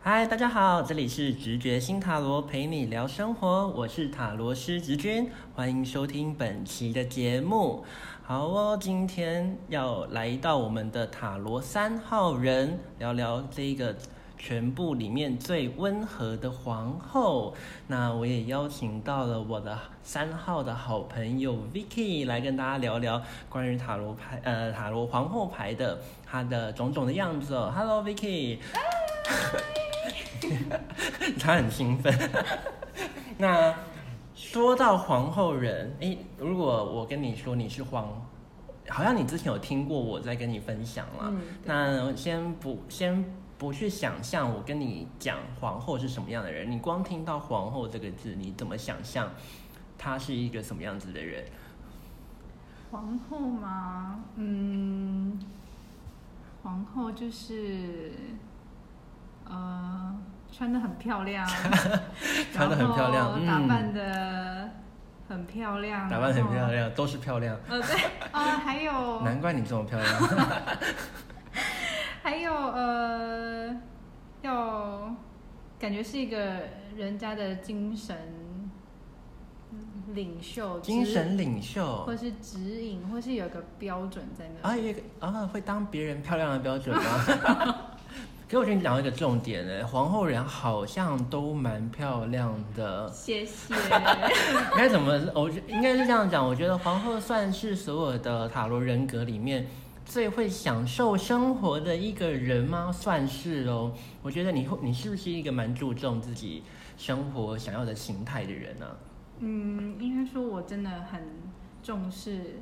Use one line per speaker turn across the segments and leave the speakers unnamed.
嗨，大家好，这里是直觉新塔罗陪你聊生活，我是塔罗师直君，欢迎收听本期的节目。好哦，今天要来到我们的塔罗三号人，聊聊这个全部里面最温和的皇后。那我也邀请到了我的三号的好朋友 Vicky 来跟大家聊聊关于塔罗牌，呃，塔罗皇后牌的它的种种的样子哦。Hello Vicky。他 很兴奋。那说到皇后人，诶，如果我跟你说你是皇，好像你之前有听过我在跟你分享啦。
嗯
那先不先不去想象我跟你讲皇后是什么样的人，你光听到皇后这个字，你怎么想象她是一个什么样子的人？，
皇后吗？嗯，皇后就是，呃，穿的很漂亮
穿得很漂亮
然后
嗯
打扮的很漂亮，
打扮得很漂
然后。
亮，都是漂亮，
呃，对，呃，还有
难怪你这么漂亮。
还有呃，要感觉是一个人家的精神领袖，
精
指
神领袖
或是指引，或是有个标准在那
啊，
里。，
也可啊，会当别人漂亮的标准吗？ 可我觉得你讲到一个重点呢，皇后人好像都蛮漂亮的
谢谢。
应该怎么？我觉应该是这样讲，我觉得皇后算是所有的塔罗人格里面最会享受生活的一个人吗？算是哦。我觉得你会，你是不是一个蛮注重自己生活想要的形态的人呢、
嗯，应该说我真的很重视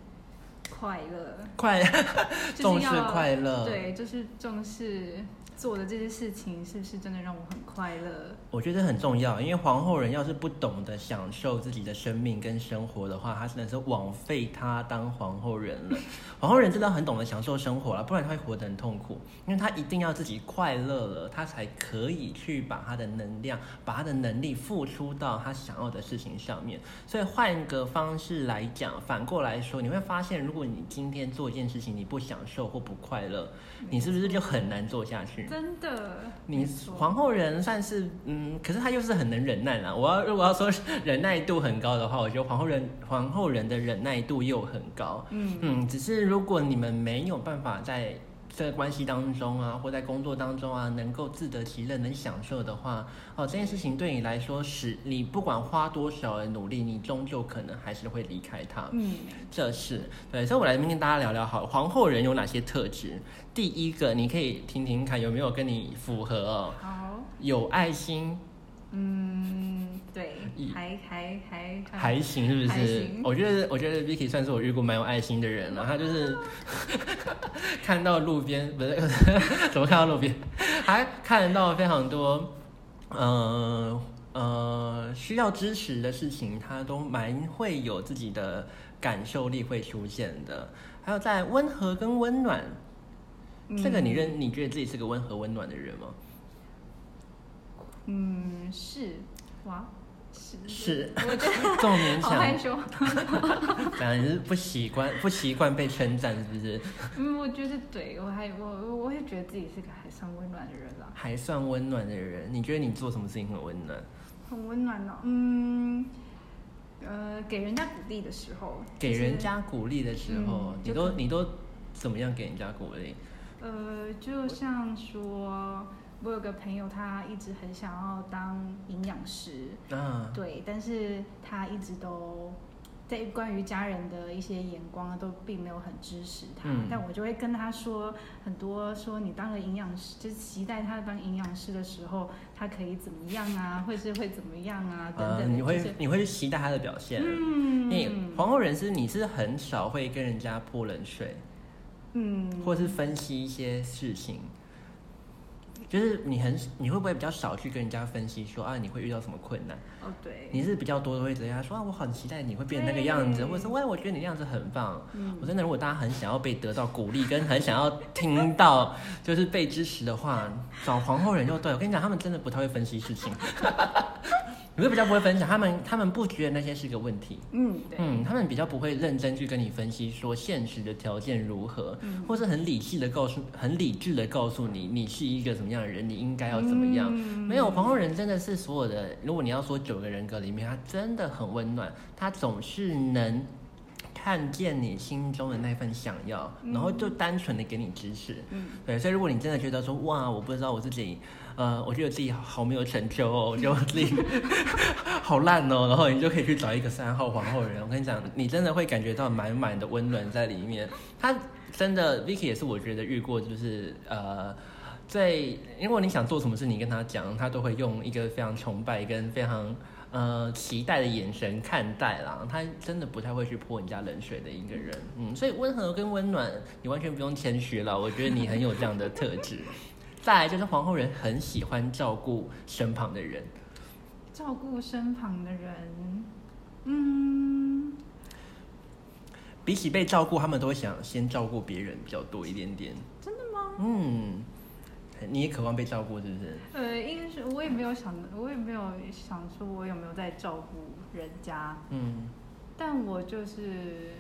快乐，
快
就是
重视
要
快乐，，
对，就是重视做的这些事情是不是真的让我很快乐？
我觉得很重要，因为皇后人要是不懂得享受自己的生命跟生活的话，她真的是枉费她当皇后人了。皇后人真的很懂得享受生活了，不然她会活得很痛苦，因为她一定要自己快乐了，她才可以去把她的能量、把她的能力付出到她想要的事情上面。所以换个方式来讲，反过来说，你会发现，如果你今天做一件事情你不享受或不快乐，你是不是就很难做下去？
真的，
嗯你
没错
皇后人算是嗯，可是她又是很能忍耐啦。我要如果要说忍耐度很高的话，我觉得皇后人皇后人的忍耐度又很高。
嗯，
嗯，只是如果你们没有办法在这个关系当中啊，或在工作当中啊，能够自得其乐，能享受的话，哦，这件事情对你来说是，你不管花多少的努力，你终究可能还是会离开他。
嗯，
这是对，所以我来这边跟大家聊聊好，皇后人有哪些特质？第一个，你可以听听看有没有跟你符合哦，
好，
有爱心，
嗯，对
一，
还还还
还行是不
还
是
行？嗯
我觉得我觉得 Vicky 算是我遇过蛮有爱心的人啊了，他就是 看到路边不是 怎么看到路边， 还看到非常多，呃呃需要支持的事情，他都蛮会有自己的感受力会出现的。还有在温和跟温暖，这个你认你觉得自己是个温和温暖的人吗？
嗯嗯是哇是
是，
我觉得
这么勉
好害
强，
羞。
反正是不习惯不习惯被称赞，是不是？
嗯，我觉得对我还我我我也觉得自己是个还算温暖的人啦。
还算温暖的人，你觉得你做什么事情很温暖？
很温暖哦。嗯，呃，给人家鼓励的时候，
给
就是
人家鼓励的时候，
嗯
你
就
都
可
你都怎么样给人家鼓励？
呃，就像说，我有个朋友，他一直很想要当营养师，
啊，
对，但是他一直都。在关于家人的一些眼光啊，都并没有很支持他，
嗯
但我就会跟他说很多，说你当个营养师，就是期待他当营养师的时候，他可以怎么样啊，或是会怎么样啊，等
啊，
等的，
你会
就是
你会去期待他的表现。你
嗯
皇后人是你是很少会跟人家泼冷水，
嗯，
或是分析一些事情，就是你很你会不会比较少去跟人家分析说啊你会遇到什么困难？
哦对，
你是比较多都会直接说啊我很期待你会变那个样子，
对
或者是喂我觉得你那样子很棒，
嗯
我真的，如果大家很想要被得到鼓励，跟很想要听到就是被支持的话，找皇后人就对了。我跟你讲，他们真的不太会分析事情。 你会比较不会分享，他们他们不觉得那些是个问题。
嗯，对，
嗯，他们比较不会认真去跟你分析说现实的条件如何，
嗯
或是很理性的告诉，很理智的告诉你，你是一个怎么样的人，你应该要怎么样。
嗯
没有黄种人真的是所有的，如果你要说九个人格里面，他真的很温暖，他总是能看见你心中的那份想要，然后就单纯的给你支持。
嗯，
对，所以如果你真的觉得说，哇，我不知道我自己，呃，我觉得自己好没有成就哦，我觉得我自己 好烂哦，然后你就可以去找一个三号皇后人。我跟你讲，你真的会感觉到满满的温暖在里面。他真的，Vicky 也是我觉得遇过，就是呃。最，如果你想做什么事，你跟他讲，他都会用一个非常崇拜跟非常呃期待的眼神看待啦。他真的不太会去泼人家冷水的一个人，嗯，所以温和跟温暖，你完全不用谦虚了。我觉得你很有这样的特质。再来就是皇后人很喜欢照顾身旁的人，
照顾身旁的人，嗯，
比起被照顾，他们都会想先照顾别人比较多一点点。
真的吗？
嗯，你也渴望被照顾是不是？
呃，应该是我也没有想，我也没有想说我有没有在照顾人家，
嗯
但我就是，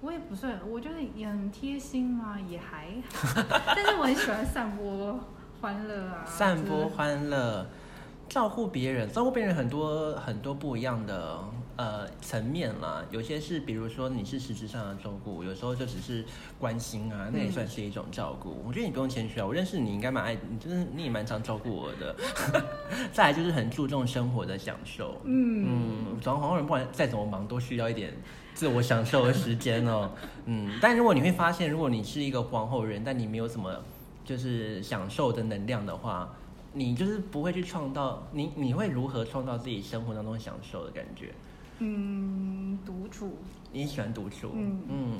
我也不是很，我觉得也很贴心嘛，也还好。但是我很喜欢散播欢乐啊，
散
就
播
是
欢乐，照顾别人，照顾别人很多很多不一样的呃层面啦。有些是比如说你是实质上的照顾，有时候就只是关心啊，那也
嗯
算是一种照顾。我觉得你不用谦虚啊，我认识你应该蛮爱，你就是你也蛮常照顾我的。 再来就是很注重生活的享受，
嗯
嗯，转黄人不管再怎么忙，都需要一点自我享受的时间哦。嗯，但如果你会发现，如果你是一个皇后人，但你没有什么就是享受的能量的话，你就是不会去创造你你会如何创造自己生活当中享受的感觉？
嗯，独处，
你喜欢独处，
嗯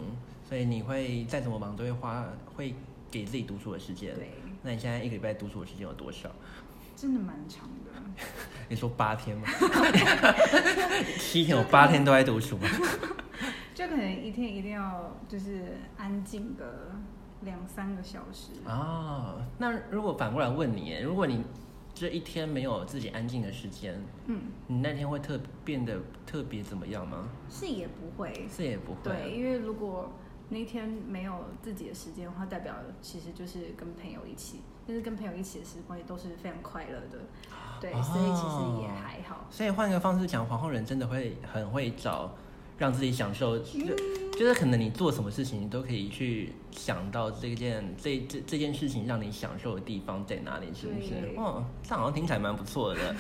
所以你会再怎么忙都会花会给自己独处的时间。
对，
那你现在一个礼拜独处的时间有多少？
真的蛮长的。
你说八天 吗？七天，我八天都在独处吗？
就可能一天一定要就是安静个两三个小时。
哦，那如果反过来问你耶，如果你这一天没有自己安静的时间，
嗯，
你那天会特变得特别怎么样吗？
是也不会。
是也不会。啊
对，，因为如果那天没有自己的时间的话，代表其实就是跟朋友一起，但是跟朋友一起的时光也都是非常快乐的。对，
哦
所以其实也还好。
所以换个方式讲，皇后人真的会很会找让自己享受，就就是可能你做什么事情，你都可以去想到这件这这这件事情让你享受的地方在哪里，是不是
对？
哦，这样好像听起来蛮不错的。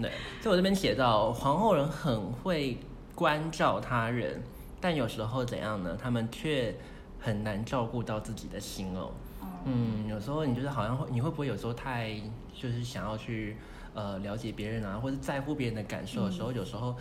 对，所以我这边写到，皇后人很会关照他人，但有时候怎样呢？他们却很难照顾到自己的心哦。
哦，
嗯，有时候你就是好像会，你会不会有时候太就是想要去呃了解别人啊，或者在乎别人的感受的时
嗯
候，有时候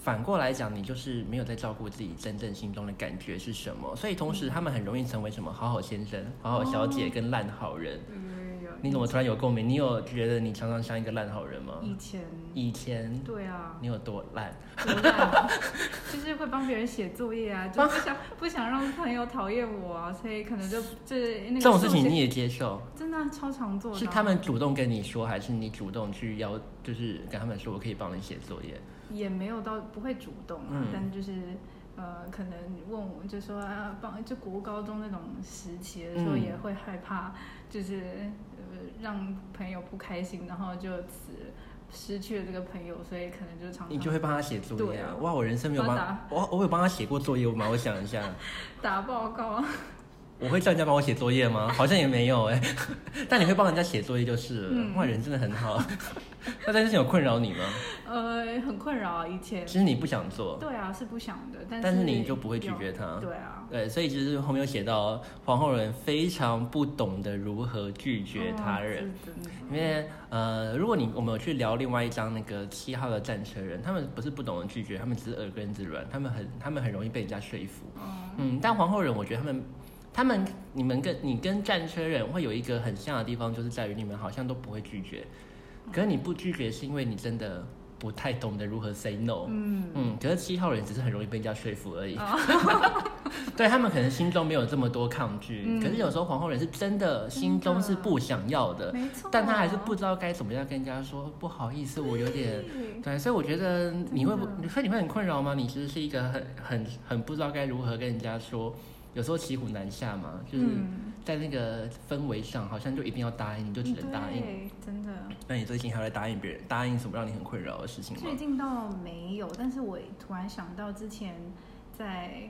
反过来讲，你就是没有在照顾自己真正心中的感觉是什么。所以同时，
嗯
他们很容易成为什么好好先生、好好小姐
哦
跟烂好人。
有有有。
哦你怎么突然有共鸣？你有觉得你常常像一个烂好人吗？
以前？
以前
对啊，
你有多烂？
多烂啊 就是会帮别人写作业啊，就不想不想让朋友讨厌我啊，所以可能就就是那个
这种事情
数学
你也接受？
真的啊超常做的啊、
是他们主动跟你说，还是你主动去要，就是跟他们说我可以帮你写作业？
也没有到不会主动啊，
嗯
但就是呃，可能问我就说啊，帮就国高中那种时期的时候，
嗯
也会害怕，就是、呃让朋友不开心，然后就此失去了这个朋友，所以可能就常
你就
常
会帮他写作业
对啊
哇，我人生没有帮
帮他
我，我有帮他写过作业吗？我想一下，
打报告。
我会叫人家帮我写作业吗？好像也没有哎、 但你会帮人家写作业就是了。
嗯
哇，人真的很好。 那这件事情有困扰你吗？
呃，很困扰啊，以前
其实你不想做，
对啊是不想的，但是
哦但是你就不会拒
有
绝他。
对啊，
对，所以其实后面有写到皇后人非常不懂得如何拒绝他人。
哦，是真的
因为呃，如果你我们有去聊另外一张那个七号的战车人，他们不是不懂得拒绝，他们只是耳根子软，他们很他们很容易被人家说服。
哦
嗯，但皇后人，我觉得他们，他们，你们跟你跟战车人会有一个很像的地方，就是在于你们好像都不会拒绝，
嗯
可是你不拒绝是因为你真的不太懂得如何 say no。
嗯
嗯，可是七号人只是很容以被人家说服而已。
哦
对他们可能心中没有这么多抗拒，
嗯
可是有时候皇后人是真的心中是不想要的，
没
呃
错，嗯
但他还是不知道该怎么样跟人家说，不好意思，我有点。
对。
对，所以我觉得你会不
哦真，的
你说你会很困扰吗？你其实是一个很很很不知道该如何跟人家说，有时候骑虎难下嘛，就是
嗯，
在那个氛围上，好像就一定要答应，你就只能答应。
对，真的。
那你最近还会答应别人？答应什么让你很困扰的事情
最
吗？
近倒没有，但是我突然想到之前在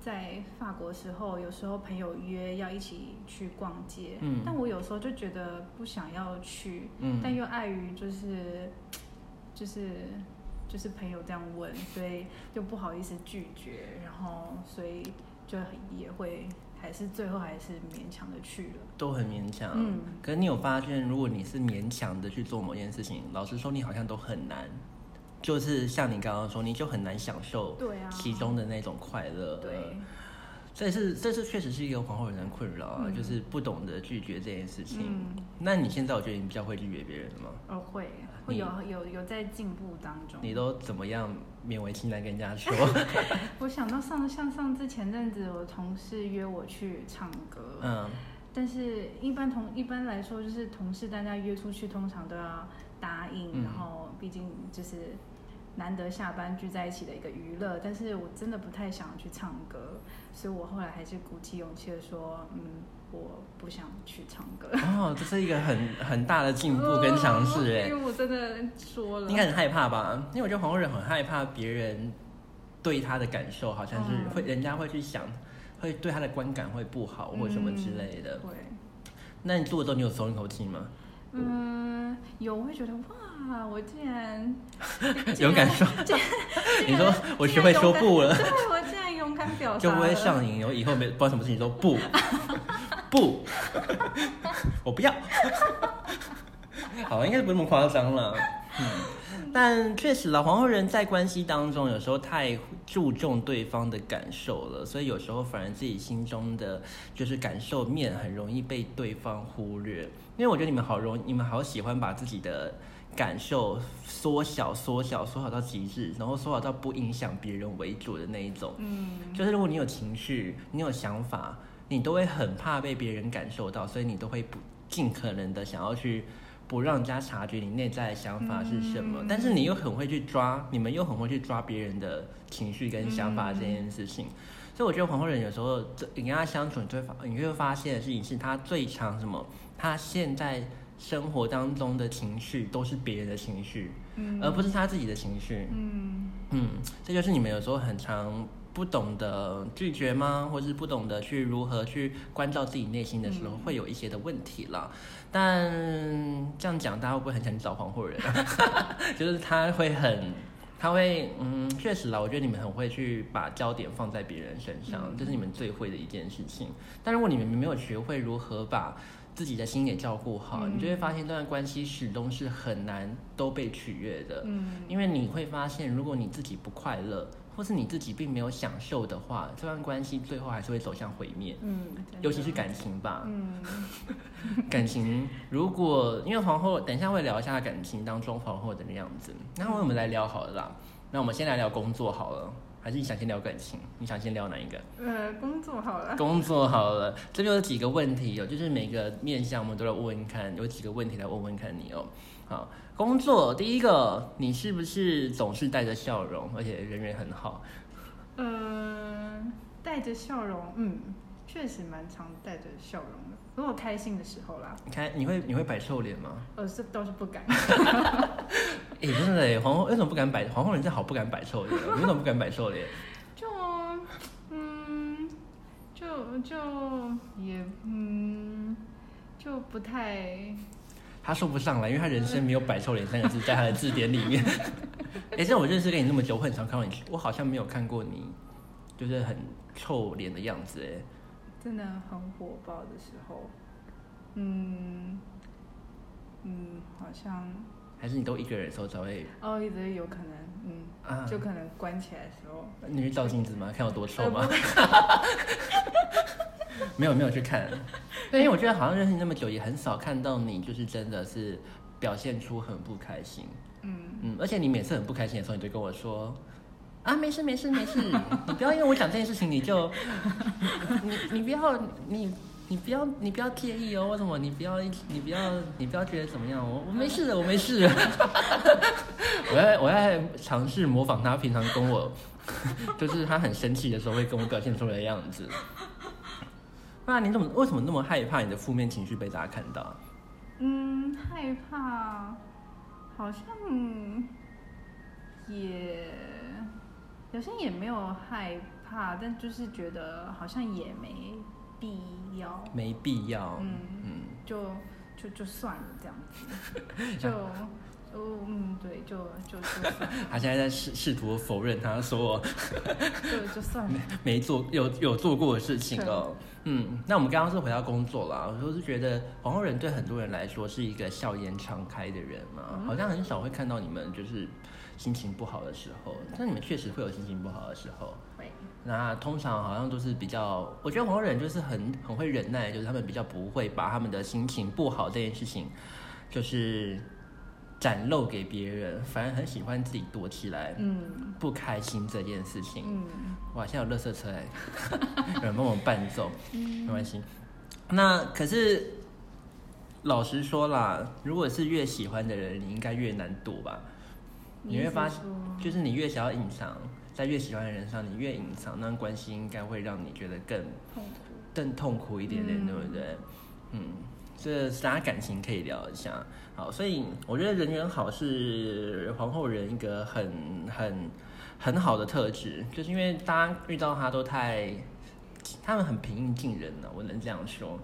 在法国时候，有时候朋友约要一起去逛街，
嗯
但我有时候就觉得不想要去，但
嗯，
又碍于就是就是就是朋友这样问，所以就不好意思拒绝，然后所以就也会还是最后还是勉强的去了。
都很勉强。
嗯
可是你有发现，如果你是勉强的去做某件事情，老实说，你好像都很难。就是像你刚刚说，你就很难享受
对啊，
其中的那种快乐。
对，
这是这是确实是一个皇后人的困扰啊，
嗯
就是不懂得拒绝这件事情。
嗯，
那你现在我觉得你比较会拒绝别人了吗？
而哦会会有有有在进步当中。
你都怎么样勉为其难跟人家 说？
我想到上像上次前阵子，我同事约我去唱歌，
嗯
但是一般同一般来说，就是同事大家约出去，通常都要答
嗯
应，然后毕竟就是难得下班聚在一起的一个娱乐。但是我真的不太想去唱歌，所以我后来还是鼓起勇气的说，嗯，我不想去唱歌。
哦，这是一个很很大的进步跟尝 试哎
因。哦为我真的说了，
应该很害怕吧？因为我觉得黄国人很害怕别人对他的感受，好像是
嗯
会、人家会去想，会对他的观感会不好或什么
嗯
之类的。
对。
那你做的时候，你有松一口气 吗？
嗯，有我会觉得哇，我竟 然
勇敢说，
竟然
你说我学会说不了，
对我竟然勇敢表达，
就不会。上瘾。我以后没不知道什么事情都不不，我不要。好，应该不那么夸张了。嗯，但确实啦，皇后人在关系当中有时候太注重对方的感受了，所以有时候反而自己心中的就是感受面很容易被对方忽略。因为我觉得你们好容你们好喜欢把自己的感受缩小、缩小、缩小到极致，然后缩小到不影响别人为主的那一种。
嗯，
就是如果你有情绪，你有想法，你都会很怕被别人感受到，所以你都会不尽可能的想要去不让人家察觉你内在的想法是什么，
嗯
但是你又很会去抓，你们又很会去抓别人的情绪跟想法这件事情。所以我觉得黄后人有时候这你跟他相处，你就会发，你就会发现的事情是他最常什么？他现在生活当中的情绪都是别人的情绪，
嗯
呃而不是他自己的情绪。
嗯，
嗯，这就是你们有时候很常不懂得拒绝吗？或是不懂得去如何去关照自己内心的时候，
嗯
会有一些的问题啦。但这样讲，大家会不会很想去找黄后 人？ 就是他会很。他会，嗯，确实啦，我觉得你们很会去把焦点放在别人身上，
嗯
这是你们最会的一件事情。但如果你们没有学会如何把自己的心给照顾好，
嗯
你就会发现这段关系始终是很难都被取悦的。
嗯，
因为你会发现，如果你自己不快乐，或是你自己并没有享受的话，这段关系最后还是会走向毁灭，
嗯，真的
呃尤其是，感情 吧。
嗯，
感情如果因为皇后，等一下会聊一下感情当中皇后的那样子。那我们来聊好了啦。那我们先来聊工作好了，还是你想先聊感情？你想先聊哪一个？
呃，工作好了，
工作好了，这边有几个问题哦，就是每个面向我们都来问问看，有几个问题来问问看你哦。好，工作第一个，你是不是总是带着笑容，而且人缘很好？
呃，带着笑容，嗯，确实蛮常带着笑容的。如果开心的时候啦，
你看，你会你会摆臭脸吗？
呃，这倒是不敢。
诶，真的诶，皇后为什么不敢摆？皇后人家好不敢摆臭脸哦，你怎么不敢摆臭脸？
就嗯，就就也嗯，就不太
他说不上来，因为他人生没有“摆臭脸”三个字在他的字典里面。 诶，像我认识跟你那么久，我很常看到你，我好像没有看过你就是很臭脸的样子诶。
真的很火爆的时候，嗯嗯，好像
还是你都一个人的时候才会
哦，一直有可能，嗯，
啊？
就可能关起来的时候，
你去照镜子吗？看有多臭吗
呃？
没有没有去看，对，哎因为我觉得好像认识你那么久，也很少看到你就是真的是表现出很不开心。
嗯，
嗯，而且你每次很不开心的时候，你就跟我说：“啊，没事没事没事， 你不要因为我讲这件事情你就，你你不要你你不要你不要介意哦，为什么你不要一你不要你不要觉得怎么样？哦我我没事的，我没事的。 我要我要尝试模仿他平常跟我， 就是他很生气的时候会跟我表现出来的样子。那你怎么为什么那么害怕你的负面情绪被大家看到啊？
嗯，害怕，好像也好像也没有害怕，但就是觉得好像也没必要，
没必要。
嗯
嗯
就就就算了这样 子，就哦嗯对，就就就算了
他现在在试试图否认他说
就就算了，
没做有有做过的事情哦。嗯，那我们刚刚是回到工作啦，我就是觉得皇后人对很多人来说是一个笑颜常开的人嘛，
嗯
好像很少会看到你们就是心情不好的时候，但你们确实会有心情不好的时候。
对，
那通常好像都是比较，我觉得黄种人就是很很会忍耐，就是他们比较不会把他们的心情不好这件事情，就是展露给别人，反而很喜欢自己躲起来，
嗯
不开心这件事情。
嗯。
哇，现在有垃圾车 哎，有人帮我伴奏，没关系。那可是老实说啦，如果是越喜欢的人，你应该越难躲吧？你会发
现，
就是你越想要隐藏，在越喜欢的人上，你越隐藏，那关系应该会让你觉得更
痛苦，
更痛苦一点点，
嗯
对不对？嗯，这大家感情可以聊一下。好，所以我觉得人缘好是皇后人一个很很很好的特质，就是因为大家遇到他都太，他们很平易近人了、我能这样说。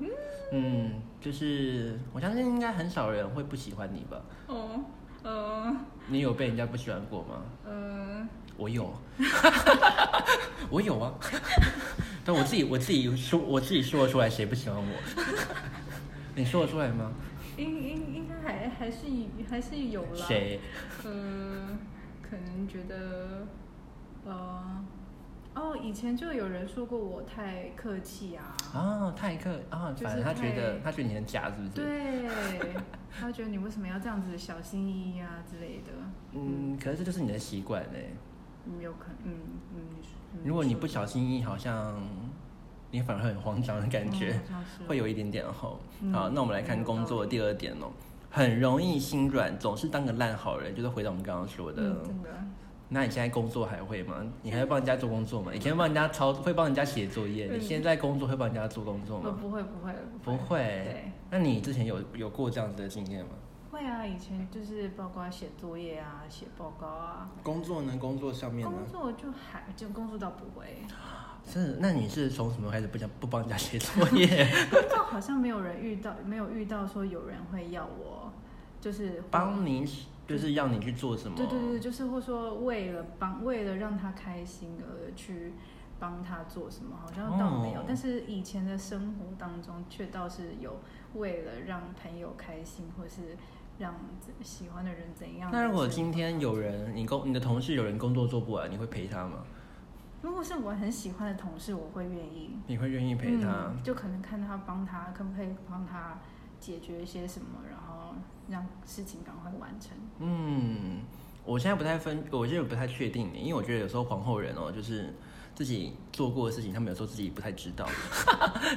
嗯，就是我相信应该很少人会不喜欢你吧？
哦，嗯
你有被人家不喜欢过吗？
嗯，
我有， 我有啊。但我自己我自己说我自己说得出来，谁不喜欢我？ 你说得出来吗？
应应应该还还是还是有啦。
谁？
嗯，可能觉得，呃，哦，以前就有人说过我太客气啊，
啊，泰克啊，
就是
反正他觉得
太
他觉得你很假，是不是？
对，他觉得你为什么要这样子小心翼翼啊之类的，
嗯，可是这就是你的习惯嘞。
嗯，有可能，嗯嗯，你说嗯
如果你
说
不
的
小心翼翼，好像你反而会很慌张的感觉，
嗯好像是
会有一点点吼。
嗯
好，那我们来看工作的第二点哦，很容易心软，总是当个烂好人，就是回到我们刚刚说的。
嗯，真的，
那你现在工作还会吗？你还会帮人家做工作吗？以前帮人家抄，会帮人家写作业，
嗯
你现在工作会帮人家做工作
我
吗？
哦不会不会
不会
对。
那你之前有有过这样子的经验吗？
会啊，以前就是包括写作业啊、写报告啊，
工作呢？工作上面呢
工？作就还就工作倒不会，
是，那你是从什么开始不想不帮人家写作业，
工作好像没有人遇到，没有遇到说有人会要我，就是
帮你就是要你去做什么？
对对对，就是或说为了帮，为了让他开心而去帮他做什么，好像倒没有。
哦
但是以前的生活当中，却倒是有为了让朋友开心，或是让自喜欢的人怎样。
那如果今天有人，你工你的同事有人工作做不完，你会陪他吗？
如果是我很喜欢的同事，我会愿意
你会愿意陪他？
嗯，就可能看他帮他，可不可以帮他解决一些什么，然后让事情赶快完成。
嗯，我现在不太分，我现在不太确定，因为我觉得有时候皇后人哦，就是自己做过的事情，他们有时候自己不太知道，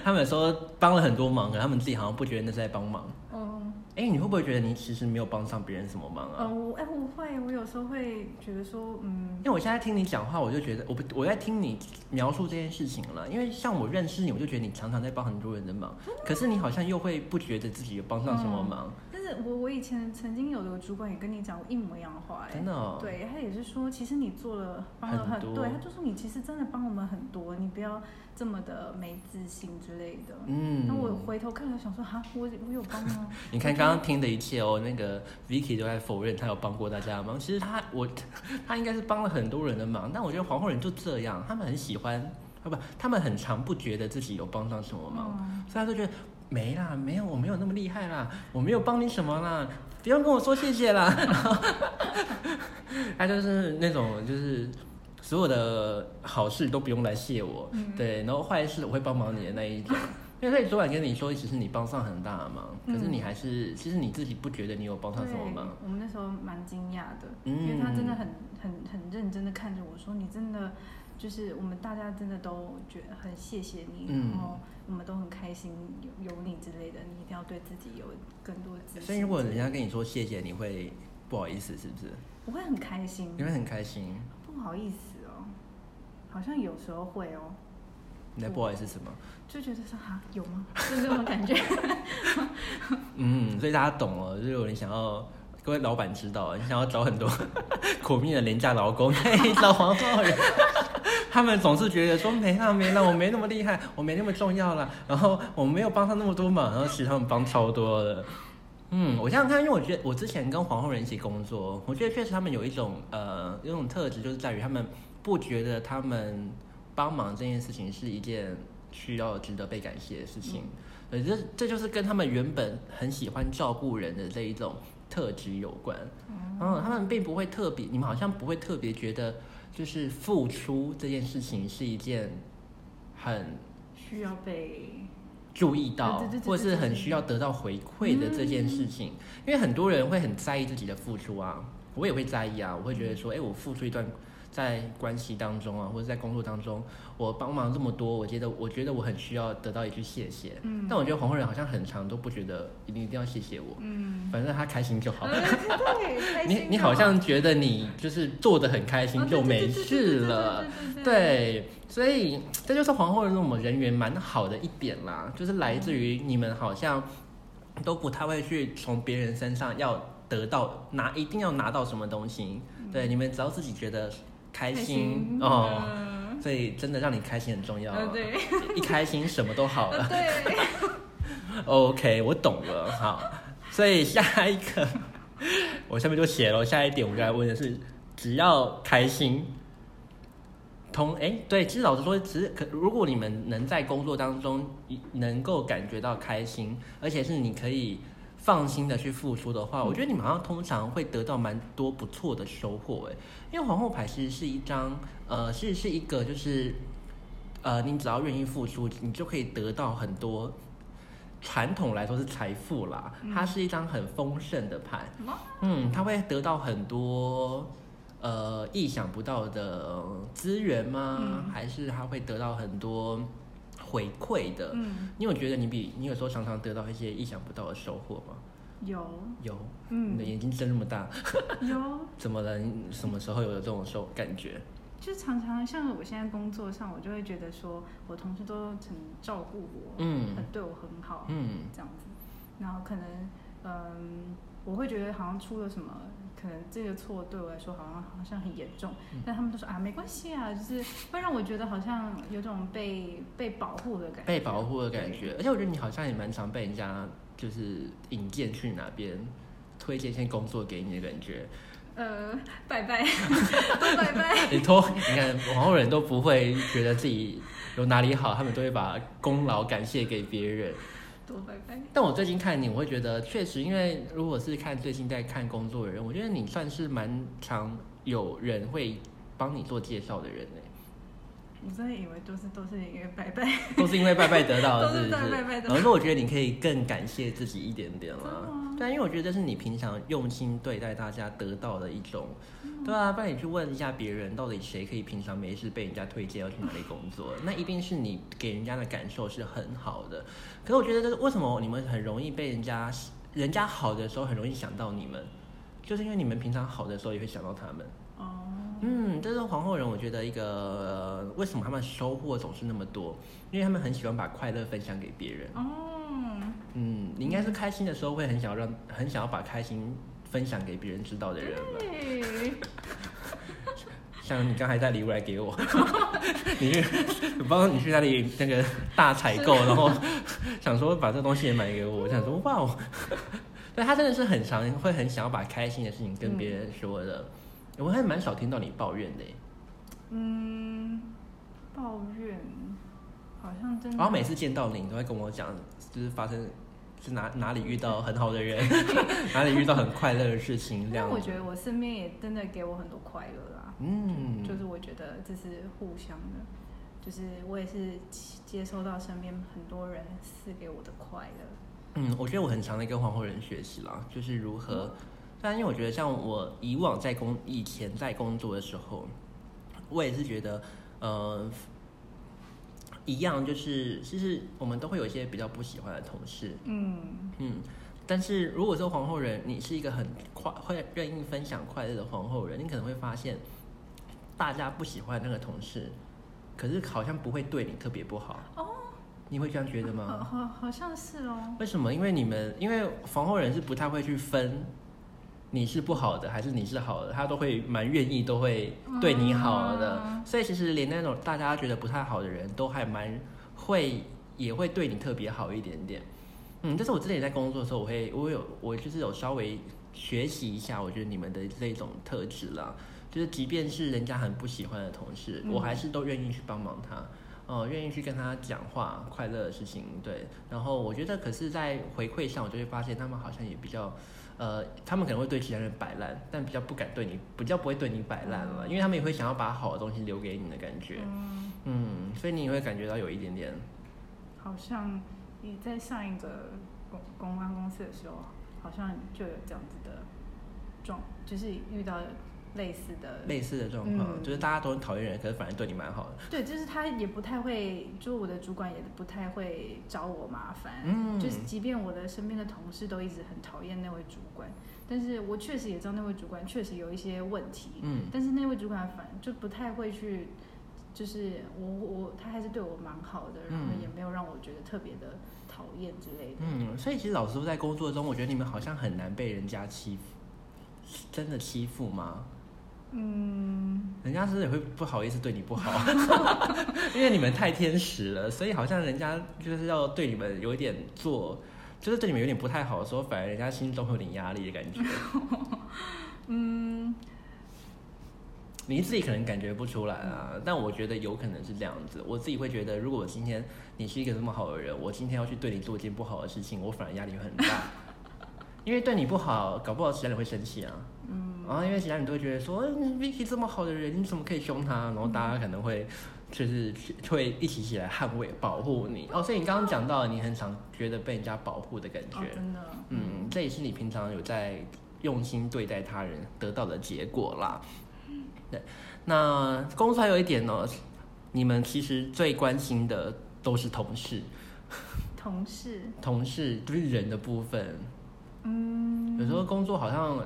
他们有时候帮了很多忙，可他们自己好像不觉得那是在帮忙。
嗯，
哎、你会不会觉得你其实没有帮上别人什么忙啊？
呃，我哎、我会，我有时候会觉得说，嗯
因，为我现在听你讲话，我就觉得我不我在听你描述这件事情了。因为像我认识你，我就觉得你常常在帮很多人的忙，
嗯
可是你好像又会不觉得自己有帮上什么忙，
但是我我以前曾经有的主管也跟你讲过一模一样的话、哎
真。的、哦。
对他也是说，其实你做了帮了
很
很
多
对，他就说你其实真的帮我们很多，你不要这么的没自信之类的。
嗯。？
那、我回头看了想说，哈，我我有帮吗
你看刚刚听的一切哦，那个 Vicky 都在否认他有帮过大家的忙，其实他我 他应该是帮了很多人的忙，但我觉得皇后人就这样，他们很喜欢啊不，他们很常不觉得自己有帮上什么忙，
嗯
所以他就觉得没啦，没有我没有那么厉害啦，我没有帮你什么啦，不用跟我说谢谢啦， 然后他就是那种就是。所有的好事都不用来谢我，对，然后坏事我会帮忙你的那一种，因为 因为所以主管跟你说，其实你帮上很大的忙，可是
嗯
你还是，其实你自己不觉得你有帮上什么忙。
我们那时候蛮惊讶的，
嗯
因为他真的很很很认真的看着我说：“你真的就是我们大家真的都觉得很谢谢你，
嗯
然后我们都很开心有有你之类的，你一定要对自己有更多自信。”
所以如果人家跟你说谢谢，你会不好意思，是不是？
我会很开心，
你会很开心。
不好意思哦，好像有时候会哦，
你在不好意思什么？
就觉得说哈有吗？就这种感觉。
嗯，所以大家懂了，就是有人想要各位老板知道，啊 你想要找很多苦命的廉价劳工， 可以找黄浩然。 他们总是觉得说没啦没啦，我没那么厉害，我没那么重要啦，然后我没有帮上那么多忙，然后其实他们帮超多的。嗯，我想想看，因为我觉得我之前跟黄后人一起工作，我觉得确实他们有一种呃，有一种特质，就是在于他们不觉得他们帮忙这件事情是一件需要值得被感谢的事情。对，呃这这就是跟他们原本很喜欢照顾人的这一种特质有关。嗯，他们并不会特别，你们好像不会特别觉得，就是付出这件事情是一件很
需要被
注意到
对对对，对
或是
对对
很
对嗯
需要得到回馈的这件事情，因为很多人会很在意自己的付出啊，我也会在意啊，我会觉得说，哎，我付出一段在关系当中啊，或者在工作当中，我帮忙这么多，我觉得我觉得我很需要得到一句谢谢，
嗯
但我觉得黄后人好像很长都不觉得一定一定要谢谢我，
嗯，
反正他开心就好。
对，嗯开
你
心
你
就
好像觉得你就是做的很开心
哦
就没
对对对
事
对对对对
了，
对
对，所以这就是皇后人我们人缘蛮好的一点啦，就是来自于你们好像都不太会去从别人身上要得到拿，一定要拿到什么东西。对，你们只要自己觉得开
嗯开
心哦，
嗯
所以真的让你开心很重要。
呃对，
一开心什么都 好了
呃。对，
OK，我懂了。好，所以下一个我下面就写了，下一点我就来问的是，只要开心。同哎、对，其实老实说，只是可如果你们能在工作当中一能够感觉到开心，而且是你可以放心的去付出的话，我觉得你们好像通常会得到蛮多不错的收获哎。因为皇后牌其实是一张呃，是是一个就是呃，你只要愿意付出，你就可以得到很多传统来说是财富啦，
嗯
它是一张很丰盛的牌，
哇
嗯，它会得到很多呃意想不到的资源吗？
嗯
还是它会得到很多回馈的？
嗯，
你有觉得你比你有时候常常得到一些意想不到的收获吗？
有，
有，你
嗯
的，眼睛睁那么大，
有，
怎么了？你什么时候有这种受感觉？
就常常像我现在工作上，我就会觉得说我同事都很照顾我，
嗯
很对我很好，
嗯
这样子，然后可能嗯，我会觉得好像出了什么。可能这个错对我来说好像好像很严重，
嗯
但他们都说啊没关系啊，就是会让我觉得好像有种被被保护的感觉，
被保护的感觉，而且我觉得你好像也蛮常被人家就是引荐去哪边推荐一些工作给你的感觉。
呃，拜拜， 都拜拜。
你都你看，往后人都不会觉得自己有哪里好，他们都会把功劳感谢给别人。
多拜拜，
但我最近看你，我会觉得确实，因为如果是看最近在看工作的人，我觉得你算是蛮常有人会帮你做介绍的人欸呢、
我真的以为都是都是因为拜拜，
都是因为拜拜得到的，
都是
是不是？
拜拜得到
然后我觉得你可以更感谢自己一点点
真的
啦
吗。
对啊，因为我觉得这是你平常用心对待大家得到的一种，
嗯
对啊，不然你去问一下别人，到底谁可以平常没事被人家推荐要去哪里工作，那一定是你给人家的感受是很好的。可是我觉得这个为什么你们很容易被人家人家好的时候很容易想到你们，就是因为你们平常好的时候也会想到他们。
哦，
嗯，这是皇后人，我觉得一个、呃为什么他们收获总是那么多，因为他们很喜欢把快乐分享给别人。
哦，
嗯，你应该是开心的时候会很想要让，很想要把开心分享给别人知道的人吧？
对，
像你刚才带礼物来给我， 你去，我帮你去那里那个大采购，然后想说把这东西也买给我，我想说哇哦， 对他真的是很常会很想要把开心的事情跟别人说的，我还蛮少听到你抱怨的欸耶。
嗯，抱怨好像真的，
然后每次见到你，你都会跟我讲，就是发生是哪哪里遇到很好的 人，哪里遇到很快乐的事情这
但
样。
我觉得，我身边也真的给我很多快乐啦，
嗯，
就是我觉得这是互相的，就是我也是接收到身边很多人赐给我的快乐。
嗯，我觉得我很常在跟皇后人学习啦，就是如何。
嗯
但因为我觉得，像我以往在工以前在工作的时候，我也是觉得，呃，一样就是就是我们都会有一些比较不喜欢的同事，
嗯，
嗯，但是如果说皇后人，你是一个很快会愿意分享快乐的皇后人，你可能会发现，大家不喜欢那个同事，可是好像不会对你特别不好。
哦，
你会这样觉得
好
吗？
好好像是哦。
为什么？因为你们因为皇后人是不太会去分。你是不好的还是你是好的，他都会蛮愿意，都会对你好的。
嗯
所以其实连那种大家觉得不太好的人都还蛮会，也会对你特别好一点点。嗯，但是我之前在工作的时候，我会我有我就是有稍微学习一下，我觉得你们的这种特质啦，就是即便是人家很不喜欢的同事，
嗯
我还是都愿意去帮忙他。哦，愿意去跟他讲话，快乐的事情，对。然后我觉得，可是，在回馈上，我就会发现他们好像也比较，呃，他们可能会对其他人摆烂，但比较不敢对你，比较不会对你摆烂了，因为他们也会想要把好的东西留给你的感觉。
嗯，
嗯，所以你也会感觉到有一点点，
好像你在上一个公公关公司的时候，好像就有这样子的状，就是遇到类似的
类似的状况，
嗯
就是大家都很讨厌人，可是反而对你蛮好的。
对，就是他也不太会，就我的主管也不太会找我麻烦。
嗯
就是即便我的身边的同事都一直很讨厌那位主管，但是我确实也知道那位主管确实有一些问题，
嗯
但是那位主管反就不太会去，就是我我他还是对我蛮好的，然后
嗯
也没有让我觉得特别的讨厌之类的。
嗯，所以其实老师在工作中，我觉得你们好像很难被人家欺负，是真的欺负吗？
嗯，
人家是不是也会不好意思对你不好，因为你们太天使了，所以好像人家就是要对你们有一点做，就是对你们有点不太好的时候，反而人家心中会有点压力的感觉。
嗯，
你自己可能感觉不出来啊，但我觉得有可能是这样子。我自己会觉得，如果我今天你是一个这么好的人，我今天要去对你做一件不好的事情，我反而压力会很大，因为对你不好，搞不好其他人会生气啊。嗯，然后因为其他人都会觉得说嗯，Vicky 这么好的人，你怎么可以凶他？然后大家可能会就是会一起起来捍卫、保护你。哦，所以你刚刚讲到，你很常觉得被人家保护的感觉。
哦，真的，
嗯，这也是你平常有在用心对待他人得到的结果啦。对，那公司还有一点呢，你们其实最关心的都是同事，
同事，
同事就是人的部分。
嗯，
有时候工作好像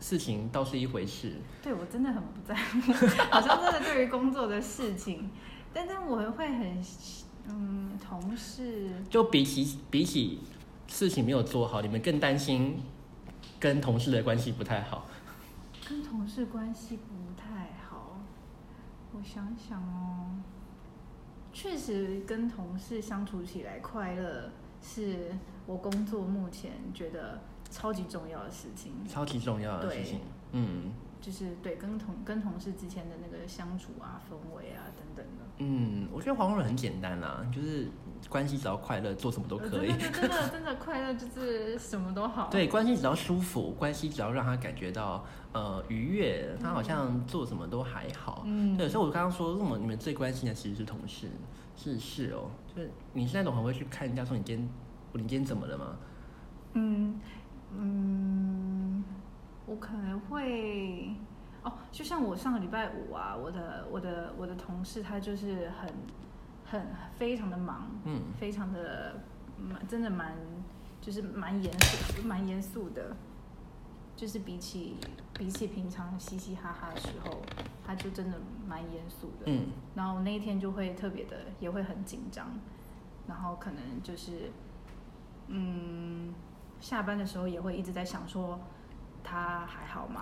事情倒是一回事，
对我真的很不在乎，好像真的对于工作的事情，但但我会很，嗯，同事，
就比起比起事情没有做好，你们更担心跟同事的关系不太好。
跟同事关系不太好，我想想哦，确实跟同事相处起来快乐是我工作目前觉得超级重要的事情，
超级重要的事情，嗯
就是对跟同跟同事之间的那个相处啊、氛围啊等等的。
嗯，我觉得黄蓉人很简单啦，就是关系只要快乐，做什么都可以。
呃真的真的真的快乐就是什么都好。
对，关系只要舒服，关系只要让他感觉到呃愉悦，他好像做什么都还好。
嗯
对，所以我刚刚说，为什么你们最关心的其实是同事？是是哦，就是你是那种很会去看人家说你今天你今天怎么了吗？
嗯，嗯，我可能会哦，就像我上个礼拜五啊，我的我的我的同事他就是很很非常的忙，
嗯
非常的蛮真的蛮就是蛮严肃蛮严肃的，就是比起比起平常嘻嘻哈哈的时候，他就真的蛮严肃的。
嗯
然后那一天就会特别的，也会很紧张，然后可能就是，嗯，下班的时候也会一直在想说，他还好 吗？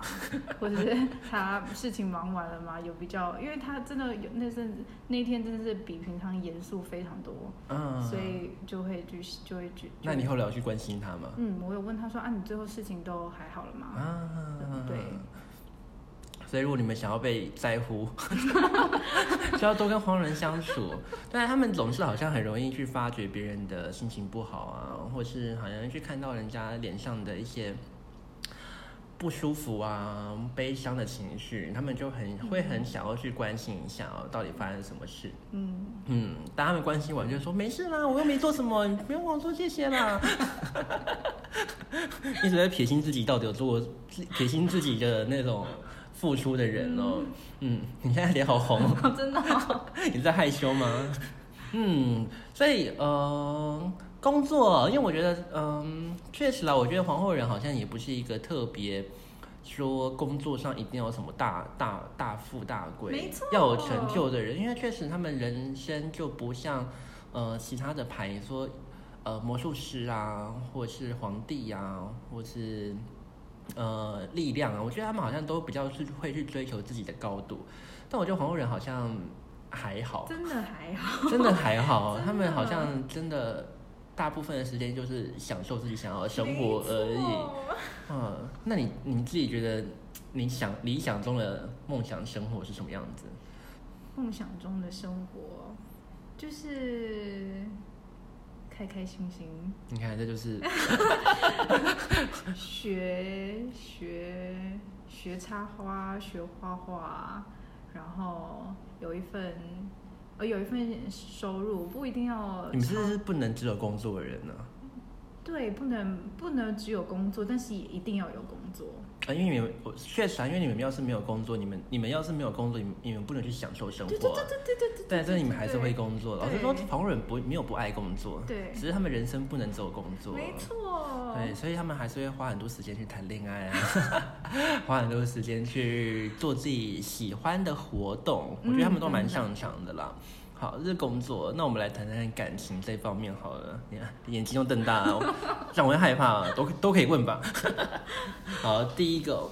或者是他事情忙完了吗？有比较，因为他真的有那阵那一天真的是比平常严肃非常多，
嗯，
所以就会去就会去。
那你后来有去关心他吗？
嗯，我有问他说啊，你最后事情都还好了吗？
啊，
对。
所以，如果你们想要被在乎， 就要多跟黄人相处。但他们总是好像很容易去发觉别人的心情不好啊，或是好像去看到人家脸上的一些不舒服啊、悲伤的情绪，他们就很会很想要去关心一下哦，到底发生什么事。
嗯，
嗯，当他们关心完就说没事啦，我又没做什么，你不用跟我说谢谢 啦。一直在撇清自己到底有做过，撇清自己的那种付出的人哦。嗯，你现在脸好红，
真的哦、
你在害羞 吗？嗯，所以呃，工作，因为我觉得，嗯，确实啦，我觉得皇后人好像也不是一个特别说工作上一定要什么大大大富大
没
贵
错，
要有成就的人，因为确实他们人生就不像呃其他的牌说。呃，魔术师啊，或是皇帝啊，或是呃力量啊，我觉得他们好像都比较是会去追求自己的高度，但我觉得皇后人好像还好，
真的还好。
真的还好，
真的
他们好像真的大部分的时间就是享受自己想要的生活而已。
已。
嗯，那你你自己觉得你想理想中的梦想生活是什么样子？
梦想中的生活就是开开心心，
你看，这就是
学学学插花，学画画，然后有一份呃有一份收入，不一定要
你们是不
超
是不能只有工作的人呢、
对，不能不能只有工作，但是也一定要有工作。
啊，因为你们我确实啊，因为你们要是没有工作，你们你们要是没有工作，你们你们不能去享受生
对
活
对
啊、
对对对对对
但
对，
是你们还是会工作。老实
对
说，旁人不没有不爱工作，
对
只是他们人生不能只有工作。
没错，
对，所以他们还是会花很多时间去谈恋爱啊， 花很多时间去做自己喜欢的活动。我觉得他们都蛮擅长的啦。好，这是工作，那我们来谈谈感情这方面好了。你看眼睛又瞪大了，我让我会害怕，啊都都可以问吧。 好，第一个，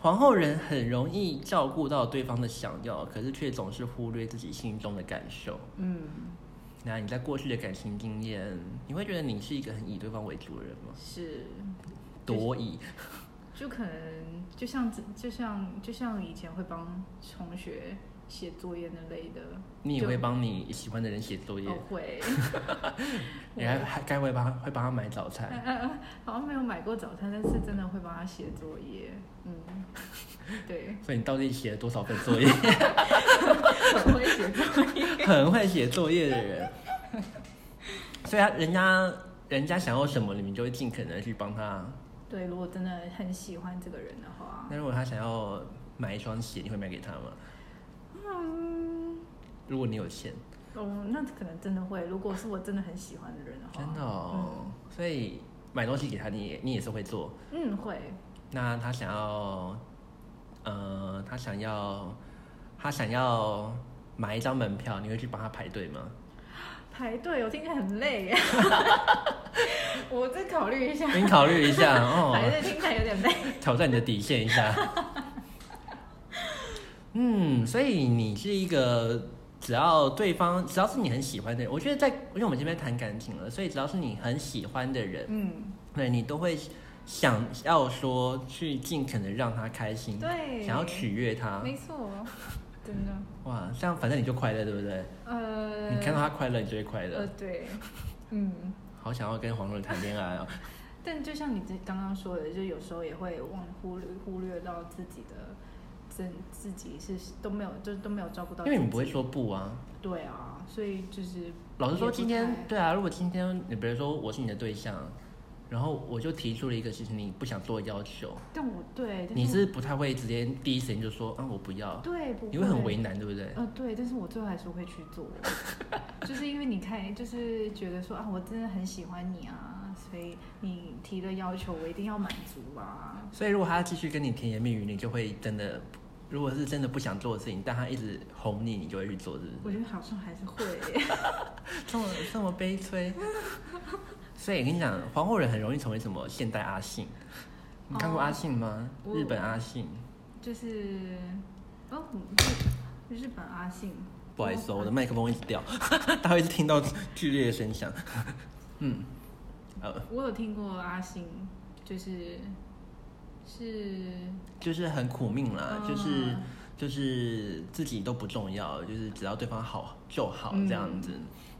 皇后人很容易照顾到对方的想要，可是却总是忽略自己心中的感受。
嗯，
那你在过去的感情经验，你会觉得你是一个很以对方为主的人吗？
是，
多疑，
就可能就像就像就像以前会帮同学写作业那类的，
你也
就
会帮你喜欢的人写作业，
哦会，
你还还该会帮会帮他买早餐，
好像没有买过早餐，但是真的会帮他写作业，嗯， 对，
所以你到底写了多少份作业？
我会写作业，
很会写作业的人，所以他人家人家想要什么，你们就会尽可能地去帮他。
对，如果真的很喜欢这个人的话，
那如果他想要买一双鞋，你会买给他吗？
嗯，
如果你有钱，
哦，那可能真的会，如果是我真的很喜欢的人的话，
真的、哦，所以买东西给他，你也你也是会做。
嗯会，
那他想要，呃，他想要，他想要买一张门票，你会去帮他排队吗？
排队我听起来很 累耶，我再考虑一下，
你考虑一 下
排
哦，
队听起来 有点累。
挑战你的底线一下。 嗯，所以你是一个只要对方只要是你很喜欢的人，我觉得在因为我们这边谈感情了，所以只要是你很喜欢的人，
嗯，
对你都会想要说去尽可能让他开心，
对，
想要取悦他。
没错，真的。
哇，这样反正你就快乐，对不对？
呃，
你看到他快乐，你就会快乐
呃，。对，嗯，
好想要跟黄蓉谈恋 爱哦。
但就像你这刚刚说的，就有时候也会忘忽略忽略到自己的自自己是都没有，就是都没有照顾到，
因为你们不会，说不啊。
对啊，所以就是
老实说，
也不
今天
太
对啊，如果今天你比如说我是你的对象，然后我就提出了一个其实你不想做的要求，
但我对，但
你
是
是不太会直接第一时间就说啊我不要
我，对，不
你会很为难，对不对？
呃，对，但是我最后还是会去做，就是因为你看，就是觉得说啊，我真的很喜欢你啊，所以你提的要求我一定要满足啊，
所以如果他继续跟你甜言蜜语，你就会真的，如果是真的不想做的事情，但他一直哄你，你就会去做，是不
我
是？
觉得好像还是会耶、
这么这么悲催。所以我跟你讲，皇后人很容易成为什么现代阿信？你看过阿信吗？
哦
日本阿信。
就是哦，日日本阿信，
不好意思哦，
嗯
我的麦克风一直掉， 大家会听到剧烈的声响。嗯，呃，
我有听过阿信，就是是
就是很苦命啦，
嗯
就是就是自己都不重要，就是只要对方好就好
嗯
这样子。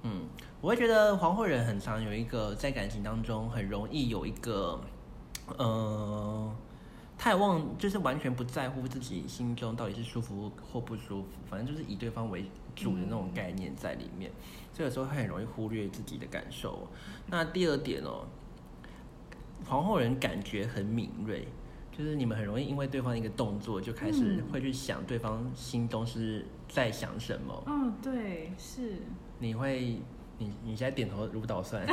嗯我会觉得皇后人很常有一个在感情当中很容易有一个，呃，太忘，就是完全不在乎自己心中到底是舒服或不舒服，反正就是以对方为主的那种
嗯
概念在里面，所以有时候会很容易忽略自己的感受哦。那第二点哦，皇后人感觉很敏锐，就是你们很容易因为对方的一个动作就开始
嗯
会去想对方心中是在想什么，
嗯，对，是，
你会。你你现在点头如捣 蒜，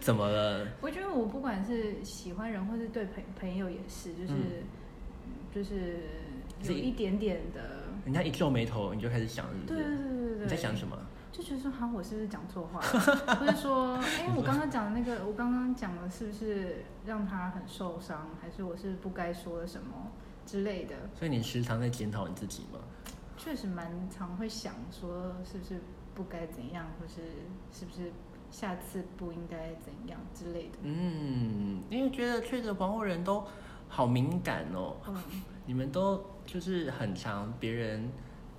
怎么了？
我觉得我不管是喜欢人，或是对朋朋友也是，就是、
嗯
就是有一点点的，
人家一皱眉头，你就开始想，是不
对
是
对对对对，
嗯你在想什么？
就觉得说，哈，我是不是讲错话了？或者 说，哎、我刚刚讲的那个，我刚刚讲的是不是让他很受伤，还是我是不该说了什么之类的？
所以你时常在检讨你自己吗？
确实蛮常会想说，是不是不该怎样，或是是不是下次不应该怎样之类的。
嗯，因为觉得确实皇后人都好敏感哦，
嗯，
你们都就是很常别人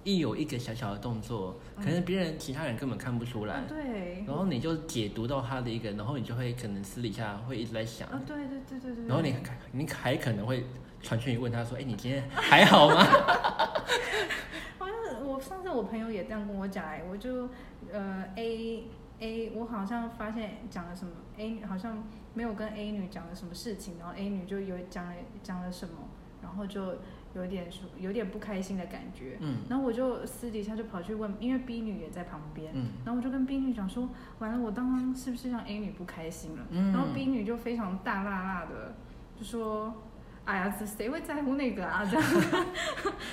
一有一个小小的动作，可能别人其他人根本看不出来
啊，，嗯对，
然后你就解读到他的一个，然后你就会可能私底下会一直在想，
啊，对对对对对。
然后你你还可能会传讯息问他说，哎，你今天还好吗？
好像啊我上次我朋友也这样跟我讲哎、我就呃 A A，我好像发现讲了什么 A 女好像没有跟 A 女讲了什么事情，然后 A 女就有讲了讲了什么，然后就有点说有点不开心的感觉，
嗯
然后我就私底下就跑去问，因为 B 女也在旁边，
嗯
然后我就跟 B 女讲说，完了我刚刚是不是让 A 女不开心 了？
嗯
然后 B 女就非常大辣辣的就说，哎呀，这谁会在乎那个啊？这样。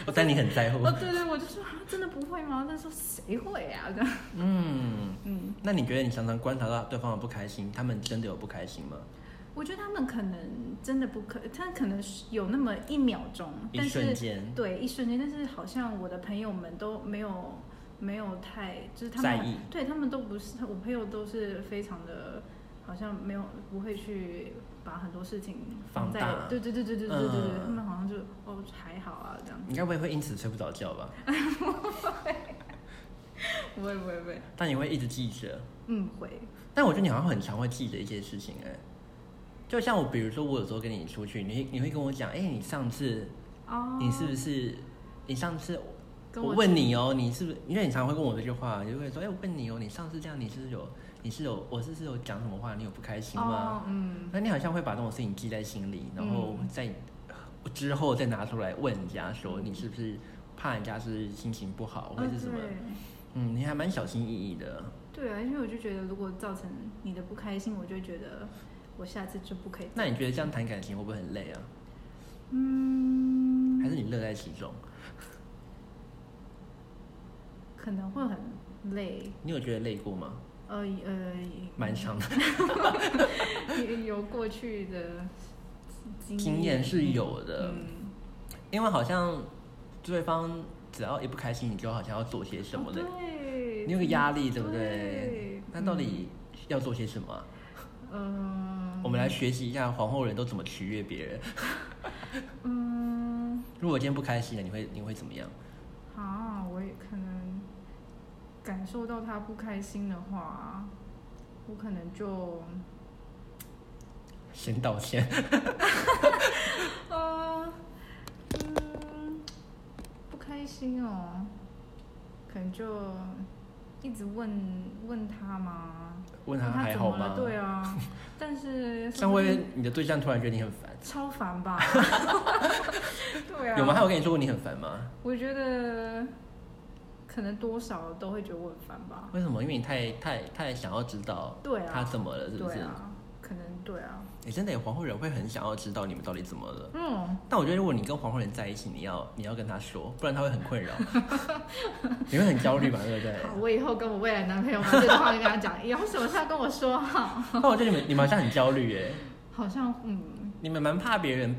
我但你很在乎
哦，，对对，我就说啊，真的不会吗？他说谁会啊？ 这样，
嗯。
嗯，
那你觉得你常常观察到对方的不开心，他们真的有不开心吗？
我觉得他们可能真的不可，他可能是有那么一秒钟，
一
嗯但
瞬
是
间
对一瞬间，但是好像我的朋友们都没有没有太，就是他
在
们
意
对他们都不是，我朋友都是非常的，好像没有不会去把很多事情放
放
在
大，
对对对对对对对对，
嗯
他们好像就哦还好啊这样，
你该不会会因此睡不着觉吧？
不会不会不会，
但你会一直记着。
嗯会，
但我觉得你好像很常会记得一些事情哎、就像我，比如说我有时候跟你出去，你会你会跟我讲，哎、你上次
哦，
你是不是你上次
跟
我
我
问你哦、你是不是因为你常常会问我这句话，你就会说，哎、我问你哦、你上次这样你是不是有你是有我是不是有讲什么话，你有不开心吗？
哦嗯。
那你好像会把这种事情记在心里，然后
嗯
再、之后再拿出来问人家说你是不是怕人家是心情不
哦
好或者是什么？嗯，你还蛮小心翼翼的。
对对啊，因为我就觉得，如果造成你的不开心，我就觉得我下次就不可以。
那你觉得这样谈感情会不会很累啊？
嗯，
还是你乐在其中？
可能会很累，
你有觉得累过吗？
呃呃，
蛮长的
有有过去的经
经验是有的，
嗯，
因为好像对方只要一不开心，你就好像要做些什么的，
哦对，
你有个压力，对不对？
对
那到底要做些什么啊、
嗯，
我们来学习一下皇后人都怎么取悦别人。
嗯
如果今天不开心了，你会你会怎么样？
啊，我也可能感受到他不开心的话，我可能就。
先道歉，
呃，嗯，不开心哦，可能就一直问问他嘛，
问他还
怎
好
么
吗？
了？对啊，但是
像会不
是
会你的对象突然觉得你很烦，
超 烦吧？对啊，
有吗？他有跟你说过你很烦吗？
我觉得可能多少都会觉得我很烦吧。
为什么？因为你太太太想要知道
对啊
他怎么了，是不是？
对啊，可能对啊，
你、真的有皇后人会很想要知道你们到底怎么了。
嗯，
但我觉得如果你跟皇后人在一起，你要你要跟他说，不然他会很困扰， 你会很焦虑吧，对不 对？
好，我以后跟我未来男朋友把这个话跟他讲，以后什么事要跟我说 哈，
那我觉得你们你们好像很焦虑耶，
好像嗯
你们蛮怕别人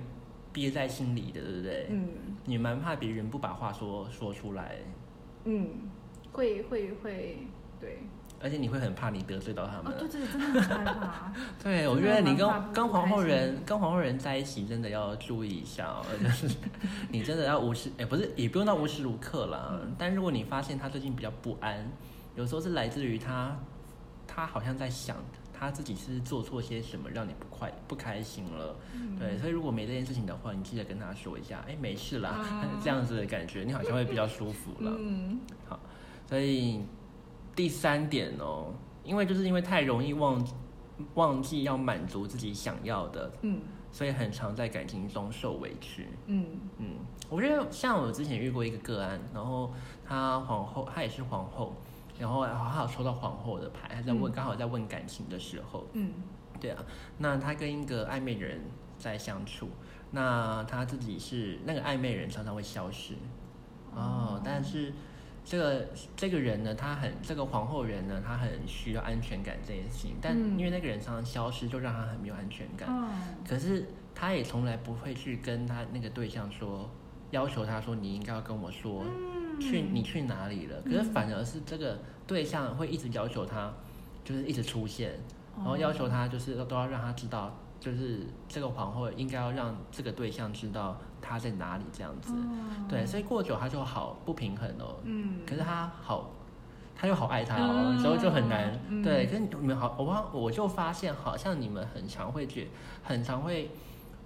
憋在心里的，对不对？
嗯。
你们蛮怕别人不把话说说出来，
嗯，会会会，对，
而且你会很怕你得罪到他
哦
们。
对对，真的很害 怕。
对，我
真
觉得
的
你
蛮
跟
怕不
跟
不
皇
开
后
心
人跟皇后人在一起，真的要注意一下哦， 就是你真的要无时，哎、不是也不用到无时无刻啦。
嗯
但如果你发现他最近比较不安，有时候是来自于他，他好像在想，他自己是做错些什么让你不快不开心了。
嗯
对，所以如果没这件事情的话，你记得跟他说一下，哎，没事啦，
嗯
这样子的感觉你好像会比较舒服了。
嗯，
所以第三点哦，因为就是因为太容易忘忘记要满足自己想要的，
嗯
所以很常在感情中受委屈。
嗯
嗯，我觉得像我之前遇过一个个案，然后她皇后，她也是皇后，然后她有抽到皇后的牌，她在问，
嗯
刚好在问感情的时候，
嗯
对啊，那她跟一个暧昧的人在相处，那她自己是那个暧昧人常常会消失，哦，但是这个这个人呢，他很这个皇后人呢，他很需要安全感这件事情，但
嗯
因为那个人常常消失，就让他很没有安全感。
嗯
可是他也从来不会去跟他那个对象说，要求他说你应该要跟我说、
嗯
去你去哪里了。可是反而是这个对象会一直要求他，就是一直出现，然后要求他就是都要让他知道，就是这个皇后应该要让这个对象知道他在哪里这样子。
哦
对，所以过久他就好不平衡哦。
嗯，
可是他好，他又好爱他哦，所以就很难。
嗯
对，可是你们好，我忘我就发现好像你们很常会觉，很常会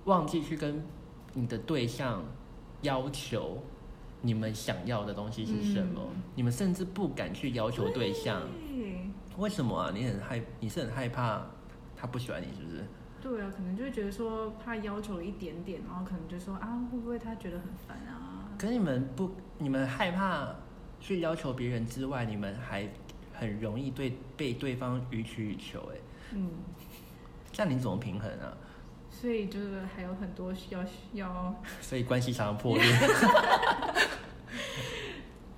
忘记去跟你的对象要求你们想要的东西是什么，
嗯
你们甚至不敢去要求对象，
对
为什么啊？你很害，你是很害怕他不喜欢你是不是？
对啊，可能就会觉得说怕要求一点点，然后可能就说啊，会不会他觉得很烦啊？
可是你们不，你们害怕去要求别人之外，你们还很容易对被对方予取予求、欸，哎，
嗯，
这样你怎么平衡啊？
所以就是还有很多需要需要，
所以关系常常破裂。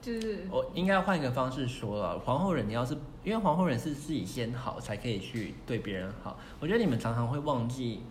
就是
我应该换一个方式说了，皇后人你要是因为皇后人是自己先好，才可以去对别人好。我觉得你们常常会忘记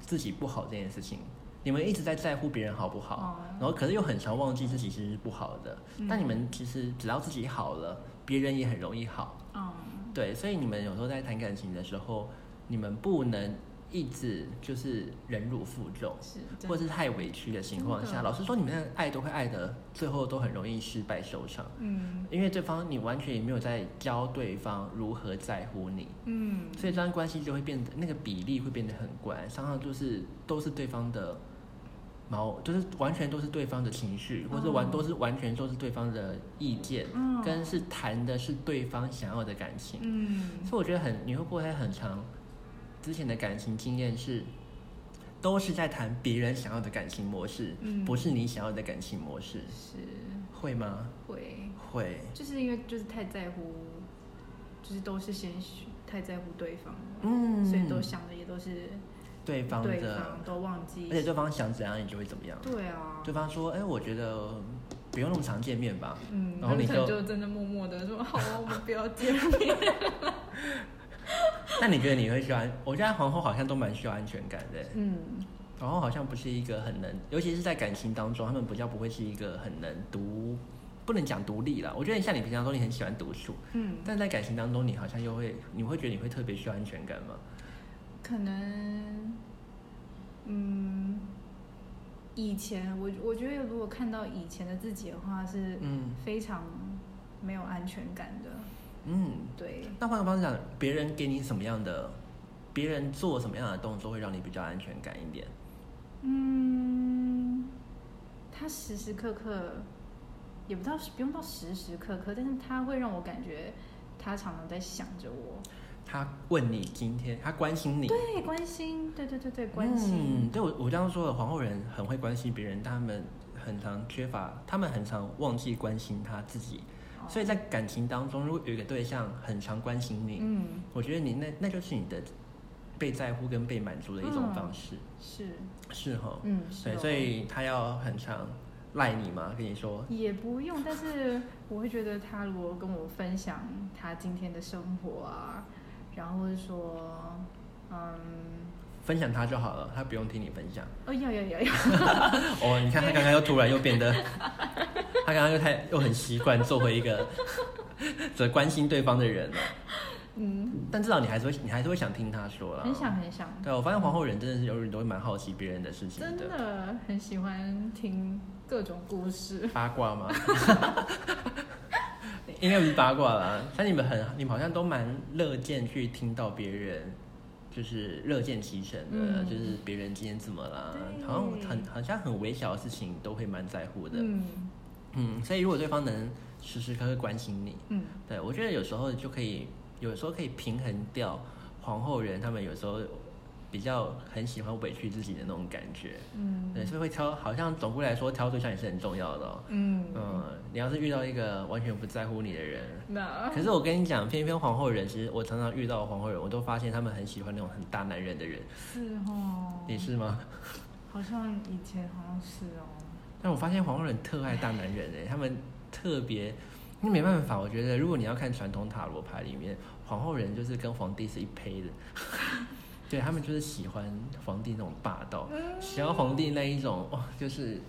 自己不好这件事情，你们一直在在乎别人好不好，
哦
然后可是又很常忘记自己其实是不好的。但你们其实只要自己好了，别人也很容易好。
嗯
对，所以你们有时候在谈感情的时候，你们不能一直就是忍辱负重，
是，
或是太委屈的情况
真
下，
的
老实说，你们的爱都会爱的，最后都很容易失败收场，
嗯
因为对方你完全也没有在教对方如何在乎你，
嗯
所以这段关系就会变得那个比例会变得很怪，常常就是都是对方的。毛就是完全都是对方的情绪，或者完
哦
都是完全都是对方的意见，
嗯
跟是谈的是对方想要的感情。
嗯
所以我觉得很，你会不会很长之前的感情经验是，都是在谈别人想要的感情模式，
嗯
不是你想要的感情模式，
是
会吗？
会，
会，
就是因为就是太在乎，就是都是先许太在乎对方，
嗯
所以都想的也都是
对方的，
对方，都忘记
而，且对方想怎样，你就会怎么样。
对啊，
对方说，哎、我觉得不用那么常见面吧，
嗯，
然后你
他可能
就
就真的默默的说好啊，我们不要见面，
那你觉得你会需要安？我觉得皇后好像都蛮需要安全感的，
嗯
皇后好像不是一个很能，尤其是在感情当中，他们比较不会是一个很能独，不能讲独立啦。我觉得像你平常说你很喜欢独处，
嗯，
但在感情当中，你好像又会，你会觉得你会特别需要安全感吗？
可能，嗯，以前我我觉得如果看到以前的自己的话，是
嗯
非常没有安全感的，
嗯。
对，
那换个方式讲，别人给你什么样的，别人做什么样的动作会让你比较安全感一点？
嗯，他时时刻刻也不到不用到时时刻刻，但是他会让我感觉他常常在想着我，
他问你今天，他关心你，
对，关心，对对对对，关
嗯，
心，
对我我刚刚说的皇后人很会关心别人，但他们很常缺乏，他们很常忘记关心他自己，
哦
所以在感情当中，如果有一个对象很常关心你，
嗯，
我觉得你那那就是你的被在乎跟被满足的一种
嗯
方式，
是，
是哈，
嗯，是
对，
哦
所以他要很常赖你嘛，跟你 说，
也不用，但是我会觉得他如果跟我分享他今天的生活啊，然后或者说，嗯，
分享他就好了，他不用听你分 享。
哦，要要要要，
哦，你看他刚刚又突然又变 得，他刚刚又太又很习惯做回一 个只关心对方的人了。
嗯，
但至少你还是会，你还是会想听他说啦。
很想。很想，
对，我发现皇后人真的是有人都会蛮好奇别人的事情
真
的
的很喜欢听各种故事。
八卦嘛。
对，
应该不是八卦啦，但你们很，你们好像都蛮乐见去听到别人，就是乐见其成的，
嗯
就是别人今天怎么啦，
对
好像很好像很微小的事情都会蛮在乎的，
嗯
嗯，所以如果对方能时时刻刻关心你，
嗯，
对，我觉得有时候就可以，有时候可以平衡掉皇后人他们有时候比较很喜欢委屈自己的那种感觉。
嗯
对，所以会挑，好像总归来说，挑对象也是很重要的哦。
嗯，
嗯，你要是遇到一个完全不在乎你的人，
那
可是我跟你讲，偏偏皇后人，其实我常常遇到的皇后人，我都发现他们很喜欢那种很大男人的人。
是哦，
你是吗？
好像以前好像是哦，
但我发现皇后人特爱大男人诶、他们特别，因为没办法，我觉得如果你要看传统塔罗牌里面，皇后人就是跟皇帝是一胚 的，对他们就是喜欢皇帝那种霸道，
嗯
喜欢皇帝那一种哇、就是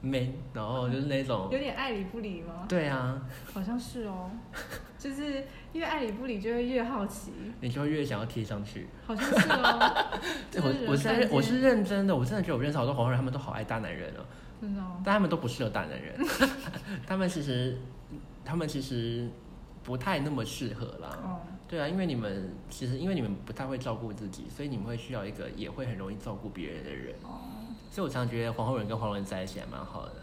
man，然后就是那种
有点爱理不理吗？
对啊，
好像是哦，就是越爱理不理就会越好奇，
你就会越想要贴上去。，
好像是哦
对我我是
真
认我是认真的，我真的觉得我认识好多皇后人，他们都好爱大男人哦。
真的哦，
但他们都不适合大男 人，他们其实他们其实不太那么适合啦。
哦，
对啊，因为你们其实因为你们不太会照顾自己，所以你们会需要一个也会很容易照顾别人的人。
哦，
所以我常常觉得皇后人跟皇后人在一起还蛮好的，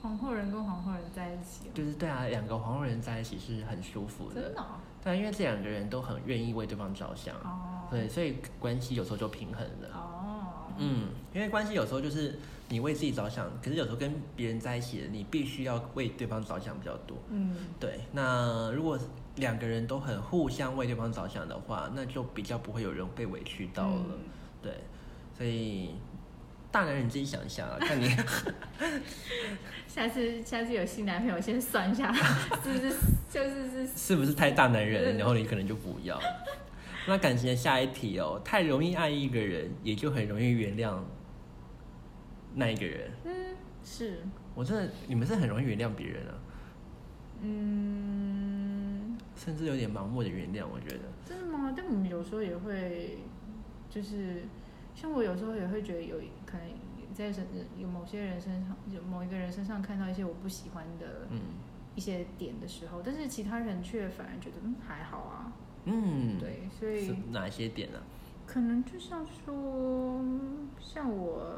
皇后人跟皇后人在一起哦，
就是对啊，两个皇后人在一起是很舒服
真
的。
的哦，
对啊，因为这两个人都很愿意为对方着想，
哦，
对，所以关系有时候就平衡了。
哦，
嗯，因为关系有时候就是你为自己着想，可是有时候跟别人在一起，你必须要为对方着想比较多。
嗯
对，那如果两个人都很互相为对方着想的话，那就比较不会有人被委屈到了。
嗯
对，所以大男人你自己想一下啦，看你
下次下次有新男朋友，先算一下 是不是就是是
是不是太大男人，
对
然后你可能就不要。 那感情的下一题哦，太容易爱一个人，也就很容易原谅那一个人。
嗯是
我真的，你们是很容易原谅别人啊，
嗯，
甚至有点盲目的原谅，我觉得。
真的吗？但我们有时候也会就是像我有时候也会觉得有可能在人有某些人身上有某一个人身上看到一些我不喜欢的
嗯
一些点的时候，但是其他人却反而觉得嗯还好啊，
嗯，
对，所以
是哪些点呢、啊？
可能就像说像我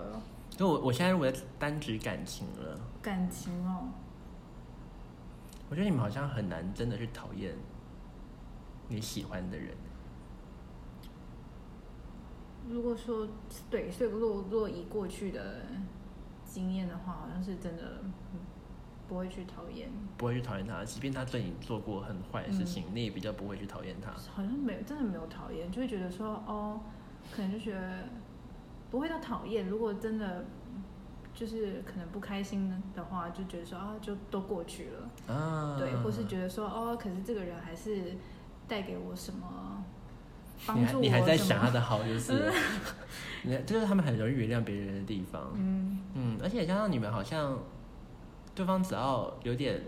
就我我现在如果在单指感情了。
感情哦，
我觉得你们好像很难真的去讨厌你喜欢的人。
如果说对，所以若若以过去的经验的话，好像是真的嗯不会去讨厌，
不会去讨厌他，即便他对你做过很坏的事情，
嗯
你也比较不会去讨厌他。
好像没有真的没有讨厌，就会觉得说哦，可能就觉得不会到讨厌。如果真的就是可能不开心的话，就觉得说啊，就都过去了，
啊，
对，或是觉得说哦，可是这个人还是带给我什么
你
帮
还
助我
你还在
什么
想他的好就是 了，你这就是他们很容易原谅别人的地方。
嗯
嗯，而且加上你们好像对方只要有点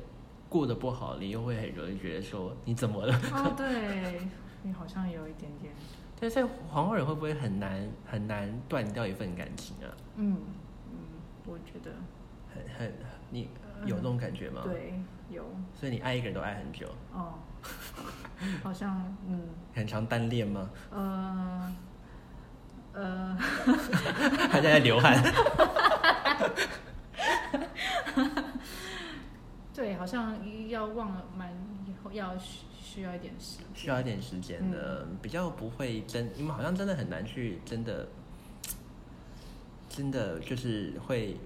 过得不好，你又会很容易觉得说你怎么了？
哦，对你好像有一点点
对，所以皇后人会不会很难很难断掉一份感情啊？
嗯嗯，我觉得。
很很你有那种感觉吗？。
对，有
所以你爱一个人都爱很久，
哦， 好像嗯
很常单恋吗？
呃呃，
还在流汗。
对，好像要忘了蛮要需需要一点时间，
需要一点时间的，比较不会真，你们好像真的很难去真的，真的就是会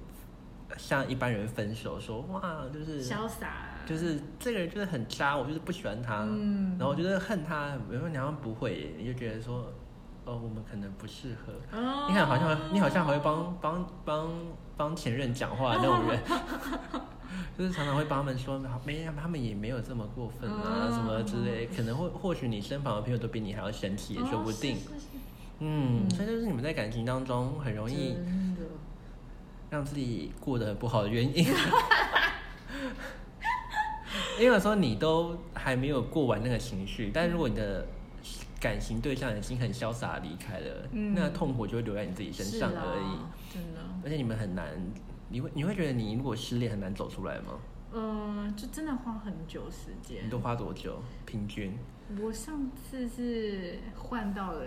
像一般人分手说哇，就是
潇洒，
就是啊这个人就是很渣，我就是不喜欢他，
嗯
然后我就是恨他，有时候你好像不会耶，你就觉得说哦，我们可能不适合。
哦
你看，好像你好像还会帮帮帮帮前任讲话的那种人， 就是常常会帮他们说，没他们也没有这么过分啊，
嗯
什么之类，可能或或许你身旁的朋友都比你还要生气，也说不定。
哦是是是
嗯，
嗯
所以就是你们在感情当中很容易
真的
让自己过得不好的原因。 因为有时候你都还没有过完那个情绪，但如果你的感情对象已经很潇洒地离开了，
嗯
那痛苦就会留在你自己身上
是啊
而已。
真的。
而且你们很难，你会你会觉得你如果失恋很难走出来吗？
嗯，就真的花很久时间
你。都花多久？平均？
我上次是换到了，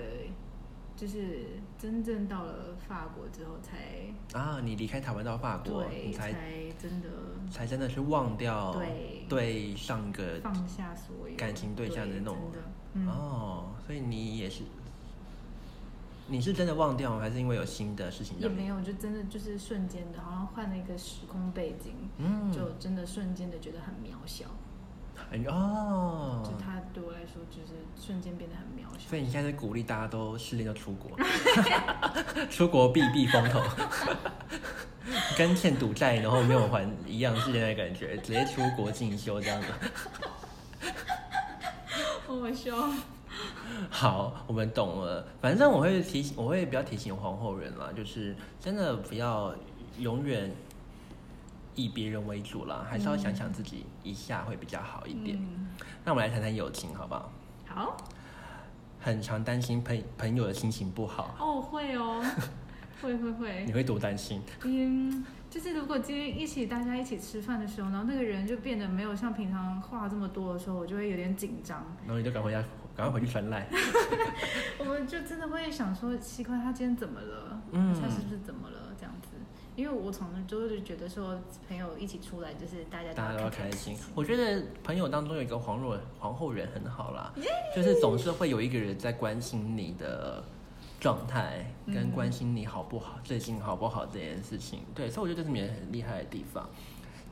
就是真正到了法国之后才
啊，你离开台湾到法国，
对，
你才
才真的
才真的是忘掉
对
对上个
放下所有
呃感情对象的那种
对真的嗯，
哦，所以你也是，你是真的忘掉吗？还是因为有新的事情
也
让你？
没有，就真的就是瞬间的，好像换了一个时空背景，
嗯，
就真的瞬间的觉得很渺小。
哎哦
就，它对我来说，就是瞬间变得很渺小
所。以你现在在鼓励大家都失恋就出国， 出国避避风头， 跟欠赌债然后没有还一样是现在感觉，直接出国进修这样子。
好笑。
好，我们懂了。反正我会提醒，我会比较提醒皇后人啦，就是真的不要永远以别人为主啦，还是要想想自己一下会比较好一点。
嗯，
那我们来谈谈友情好不好？
好
很常担心朋朋友的心情不好，
哦，会哦， 会会会
你。会多担心？
嗯，就是如果今天一起大家一起吃饭的时候，然后那个人就变得没有像平常话这么多的时候，我就会有点紧张。
然后你就赶回家，赶快回去传赖。
我们就真的会想说，奇怪，他今天怎么了？
嗯
他是不是怎么了？这样子，因为我从就是觉得说，朋友一起出来就是大家
大家都要开 心。我觉得朋友当中有一个皇若皇后人很好啦，就是总是会有一个人在关心你的状态，跟
嗯
关心你好不好、最近好不好这件事情。对，所以我觉得这是你们很厉害的地方。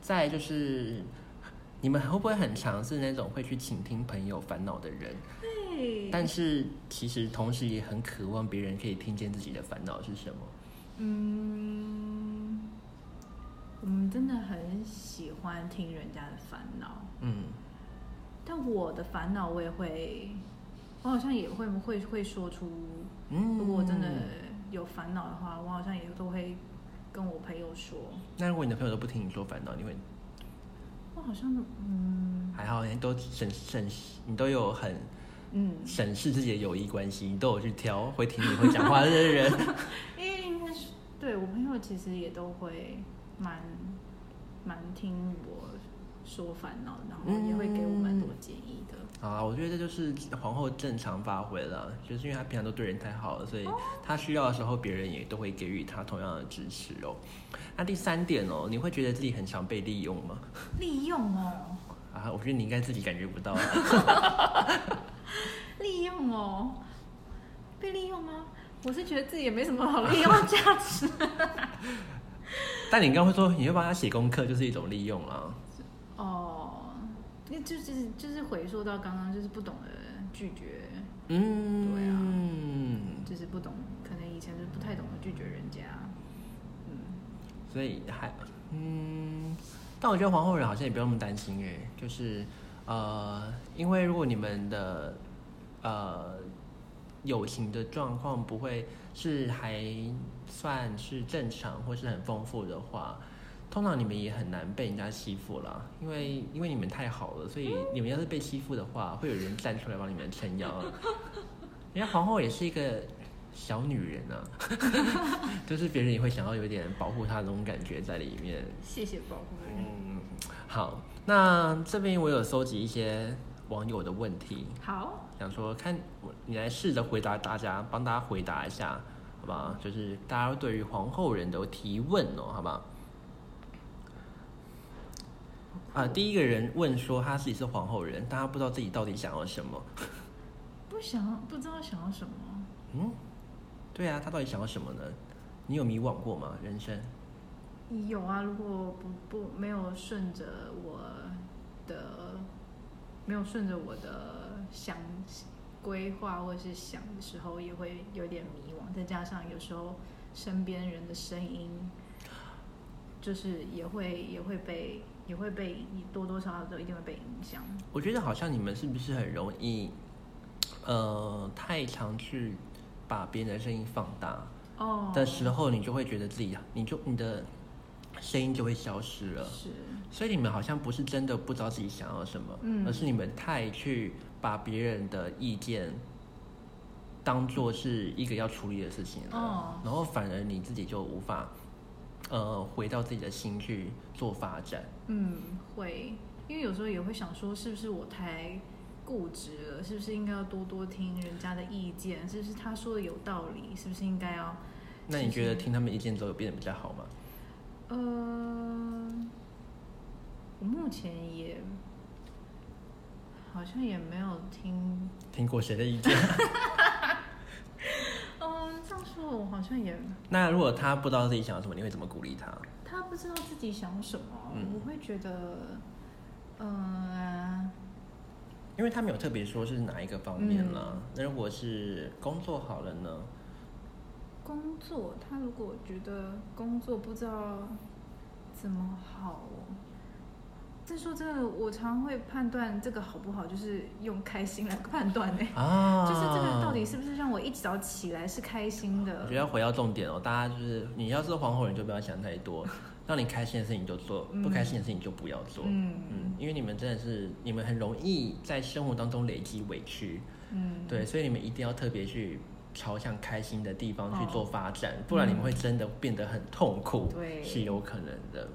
再来就是，你们会不会很常是那种会去倾听朋友烦恼的人？
对，
但是其实同时也很渴望别人可以听见自己的烦恼是什么。
嗯，我们真的很喜欢听人家的烦恼，
嗯，
但我的烦恼我也会，我好像也会会会说出，
嗯
如果我真的有烦恼的话，我好像也都会跟我朋友说，
那如果你的朋友都不听你说烦恼，你会
我好像嗯
还好，你都审审，你都有很
嗯，
审视自己的友谊关系，你都有去挑会听你会讲话的人。
因为应该是对我朋友其实也都会蛮蛮听我说烦恼的，然后也会给我蛮多建议的。
好啊，我觉得这就是皇后正常发挥了，就是因为她平常都对人太好了，所以她需要的时候，别人也都会给予她同样的支持哦。那第三点哦，你会觉得自己很常被利用吗？
利用哦，
啊，我觉得你应该自己感觉不到啊。
利用哦，被利用吗？我是觉得自己也没什么好利用的价值。
但你刚刚会说你会帮她写功课，就是一种利用啦。
哦，那就就是就是回溯到刚刚，就是不懂得拒绝，
嗯，
对
啊。
就是不懂，可能以前就不太懂得拒绝人家。嗯，
所以还嗯，但我觉得皇后人好像也不用那么担心诶，就是呃，因为如果你们的呃友情的状况不会是还算是正常或是很丰富的话。通常你们也很难被人家欺负啦，因为因为你们太好了，所以你们要是被欺负的话，会有人站出来帮你们撑腰。啊人家皇后也是一个小女人啊，就是别人也会想要有点保护她的那种感觉在里面。
谢谢保护人。
嗯，好，那这边我有搜集一些网友的问题，
好，
想说看我你来试着回答大家，帮大家回答一下，好不好？就是大家对于皇后人的提问哦，好不好？啊，第一个人问说他自己是皇后人，但他不知道自己到底想要什么。
不想要不知道想要什么。
嗯，对啊，他到底想要什么呢？你有迷惘过吗？人生？
有啊，如果不不没有顺着我的，没有顺着我的想规划或是想的时候，也会有点迷惘。再加上有时候身边人的声音，就是也会也会被也会被你多多少少都一定会被影响。
我觉得好像你们是不是很容易，呃，太常去把别人的声音放大
哦，
的时候，你就会觉得自己，你就你的声音就会消失了。
是
所以你们好像不是真的不知道自己想要什么，
嗯
而是你们太去把别人的意见当做是一个要处理的事情了，
哦
然后反而你自己就无法呃回到自己的心去做发展？
嗯，会，因为有时候也会想说，是不是我太固执了？是不是应该要多多听人家的意见？是不是他说的有道理？是不是应该要？
那你觉得
其实
听他们意见之后有变得比较好吗？
呃，我目前也好像也没有听，
听过谁的意见？
嗯、这样说我好像也
那如果他不知道自己想要什么，你会怎么鼓励他？
他不知道自己想什么，
嗯
我会觉得，嗯、
因为他没有特别说是哪一个方面啦。
嗯
那如果是工作好了呢？
工作，他如果觉得工作不知道怎么好、哦，再说这个，我常会判断这个好不好，就是用开心来判断呢、
啊，
就是这个到底是不是让我一早起来是开心
我
的
觉得？要回到重点哦，大家就是你要是皇后人，就不要想太 多，让你开心的事情就做，不开心的事情就不要做。
嗯
嗯，因为你们真的是，你们很容易在生活当中累积委屈，
嗯，
对，所以你们一定要特别去朝向开心的地方去
哦
做发展，不然你们会真的变得很痛苦，
对
是有可能的。